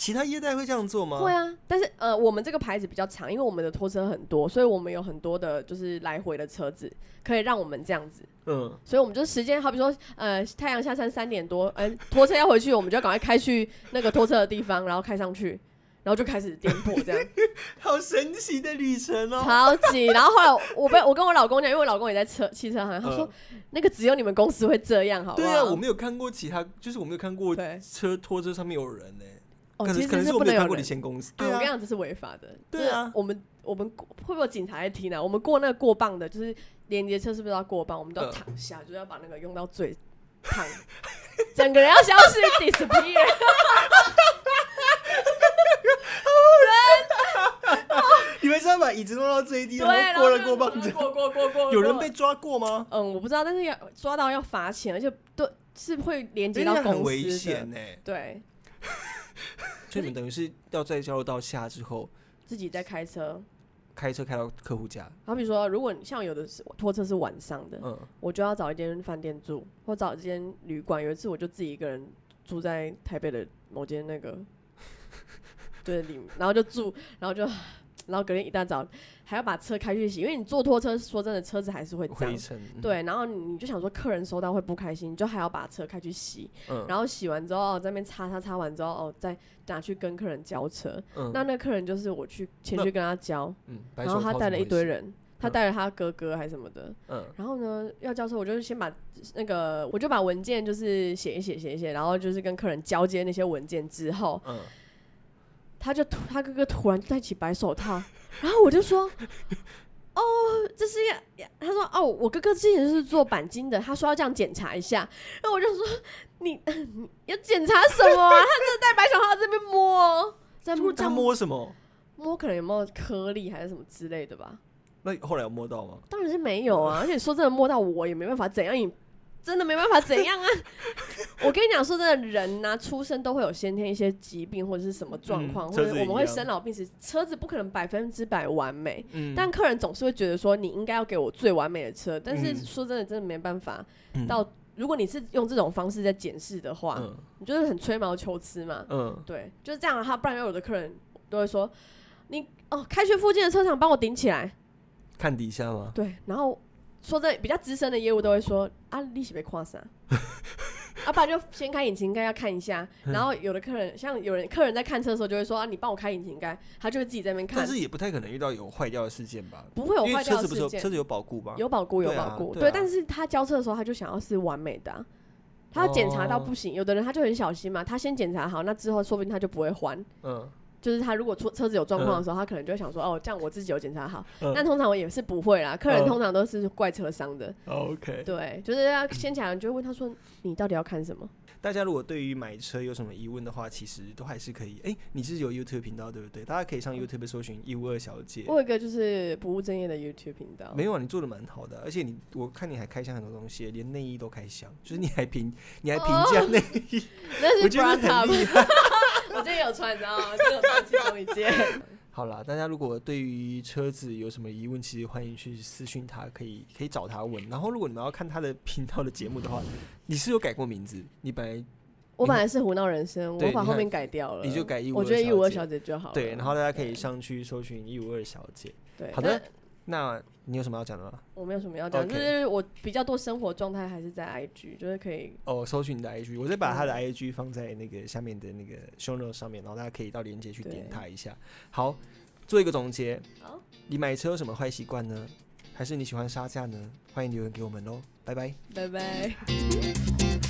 A: 其他夜代会这样做吗？
B: 会啊，但是呃，我们这个牌子比较长，因为我们的拖车很多，所以我们有很多的就是来回的车子，可以让我们这样子。
A: 嗯，
B: 所以我们就时间，好比说，呃，太阳下山三点多，嗯、拖车要回去，我们就要赶快开去那个拖车的地方，然后开上去，然后就开始颠簸这样，
A: 好神奇的旅程 哦。
B: 超级。然后后来我被我跟我老公讲，因为我老公也在车汽车行，他说、那个只有你们公司会这样，好不好？
A: 嗯对啊，我没有看过其他，就是我没有看过
B: 对
A: 车拖车上面有人呢、
B: 哦，
A: 可
B: 其
A: 能可
B: 实
A: 能
B: 是
A: 是我
B: 不
A: 没
B: 能
A: 有看
B: 有
A: 过
B: 人
A: 你。前公司。
B: 啊
A: 对
B: 我跟你
A: 啊，
B: 讲，这是违法的。
A: 对
B: 真的
A: 啊
B: 我们我们过会不会有警察在听啊呢？我们过那个过磅的，就是连接车是不是要过磅？我们都要
A: 嗯
B: 躺下，就是要把那个用到最躺，整个人要消 失 disappear。
A: 你们是要把椅子弄到最低，
B: 对，啊
A: 然
B: 然
A: 后
B: 后
A: 过
B: 就
A: 了过磅
B: 过
A: 子，
B: 过过过过，
A: 有人被抓过吗？
B: 嗯，我不知道，但是要抓到要罚钱，而且对是会连接
A: 真
B: 到
A: 的
B: 公司
A: 很
B: 的
A: 危险。呢、
B: 对
A: 所以你们等于是要在交流道下之后，
B: 自己在开车，
A: 开车开到客户家。
B: 好比说，如果你像有的是拖车是晚上的，
A: 嗯，
B: 我就要找一间饭店住，或找一间旅馆。有一次我就自己一个人住在台北的某间那个对里，然后就住，然后就，然后隔天一大早还要把车开去洗，因为你坐拖车，说真的，车子还是会脏
A: 回。程。嗯，
B: 对，然后你你就想说客人收到会不开心，你就还要把车开去洗，
A: 嗯，
B: 然后洗完之后、哦、在那边擦擦擦完之后哦，再拿去跟客人交车。
A: 嗯
B: 那那客人就是我去前
A: 那
B: 去跟他交，
A: 嗯，白
B: 然
A: 手
B: 后他
A: 套
B: 带
A: 怎
B: 了
A: 么
B: 一
A: 回
B: 堆
A: 事。
B: 人，他
A: 嗯
B: 带了他哥哥还什么的，
A: 嗯
B: 然后呢，要交车，我就先把那个，我就把文件就是写一写写一写，然后就是跟客人交接那些文件之后，
A: 嗯，
B: 他就突他哥哥突然戴起白手套， 然后我就说，哦，这是要，他说哦，我哥哥之前是做钣金的，他说要这样检查一下，然后我就说你 你要检查什么啊？他 真的戴白手套在这边摸，在摸
A: 他摸什么？
B: 摸可能有没有颗粒还是什么之类的吧。
A: 那后来有摸到吗？
B: 当然是没有啊，而且说真的，摸到我也没办法怎样，也真的没办法怎样啊。 我跟你讲，说真的，人呐、出生都会有先天一些疾病或者是什么状况，
A: 嗯
B: 或
A: 车
B: 者
A: 子
B: 我们
A: 一
B: 会
A: 样
B: 生老病死。车子不可能百分之百完美，
A: 嗯，
B: 但客人总是会觉得说你应该要给我最完美的车。但是
A: 嗯
B: 说真的，真的没办法。
A: 嗯
B: 到如果你是用这种方式在检视的话，
A: 嗯
B: 你就是很吹毛求疵嘛。
A: 嗯，
B: 对，就是这样啊。他不然有的客人都会说你哦，开学附近的车厂帮我顶起来。
A: 看底下吗？
B: 对，然后说这比较资深的业务都会说啊，利息被跨啥？啊，要不然就先开引擎盖要看一下，
A: 嗯
B: 然后有的客人像有人客人在看车的时候就会说啊，你帮我开引擎盖，他就会自己在那边看
A: 但，是也不太可能遇到有坏掉的事件吧？
B: 不会 有
A: 因为
B: 坏
A: 车
B: 掉
A: 子
B: 的
A: 不是
B: 事
A: 有
B: 件
A: 车。子有保固吧？
B: 有保固，有
A: 对啊
B: 保固，
A: 对啊
B: 对，但是他交车的时候，他就想要是完美的啊、他要检查到
A: 哦
B: 不行。有的人他就很小心嘛，他先检查好，那之后说不定他就不会还。
A: 嗯，
B: 就是他如果出车子有状况的时候，他可能就会想说，哦，这样我自己有检查好。
A: 嗯
B: 但通常我也是不会啦，客人
A: 嗯
B: 通常都是怪车商的，
A: OK，
B: 对，就是要先讲，就会问他说，你到底要看什么？
A: 大家如果对于买车有什么疑问的话，其实都还是可以。哎、你是有 YouTube 频道对不对？大家可以上 YouTube 搜寻一五二小姐。
B: 嗯我有一个就是不务正业的 YouTube 频道，
A: 没有啊，你做的蛮好的啊，而且你我看你还开箱很多东西，连内衣都开
B: 嗯
A: 箱，就是你还评你还评
B: 哦
A: 价内 衣，
B: 那
A: 我
B: 是
A: 觉得
B: bra
A: 很
B: top，
A: 厉害。
B: 我今天有穿，你知道吗？我今天有穿其中一 件。
A: 好啦，大家如果对于车子有什么疑问，其实欢迎去私讯他，可以可以找他问。然后如果你们要看他的频道的节目的话，你是有改过名字，你本来
B: 我本来是胡闹人生，
A: 对
B: 我把
A: 你
B: 后
A: 看
B: 面改掉了，
A: 你就改152
B: 我觉得一五二
A: 小
B: 小姐就好了。
A: 对，然后大家可以上去搜寻一五二小姐。
B: 对，
A: 好的
B: 那
A: 那你有什么要讲的吗？
B: 我没有什么要讲，
A: OK
B: 就是我比较多生活状态还是在 IG，就是可以
A: 哦，搜寻你的 IG，我再把他的
B: 嗯
A: IG 放在那个下面的那个 show note 上面，然后大家可以到链接去点
B: 对
A: 它一下。好，做一个总结
B: 好。
A: 你买车有什么坏习惯呢？哦还是你喜欢杀价呢？欢迎留言给我们喽，拜拜。
B: 拜拜。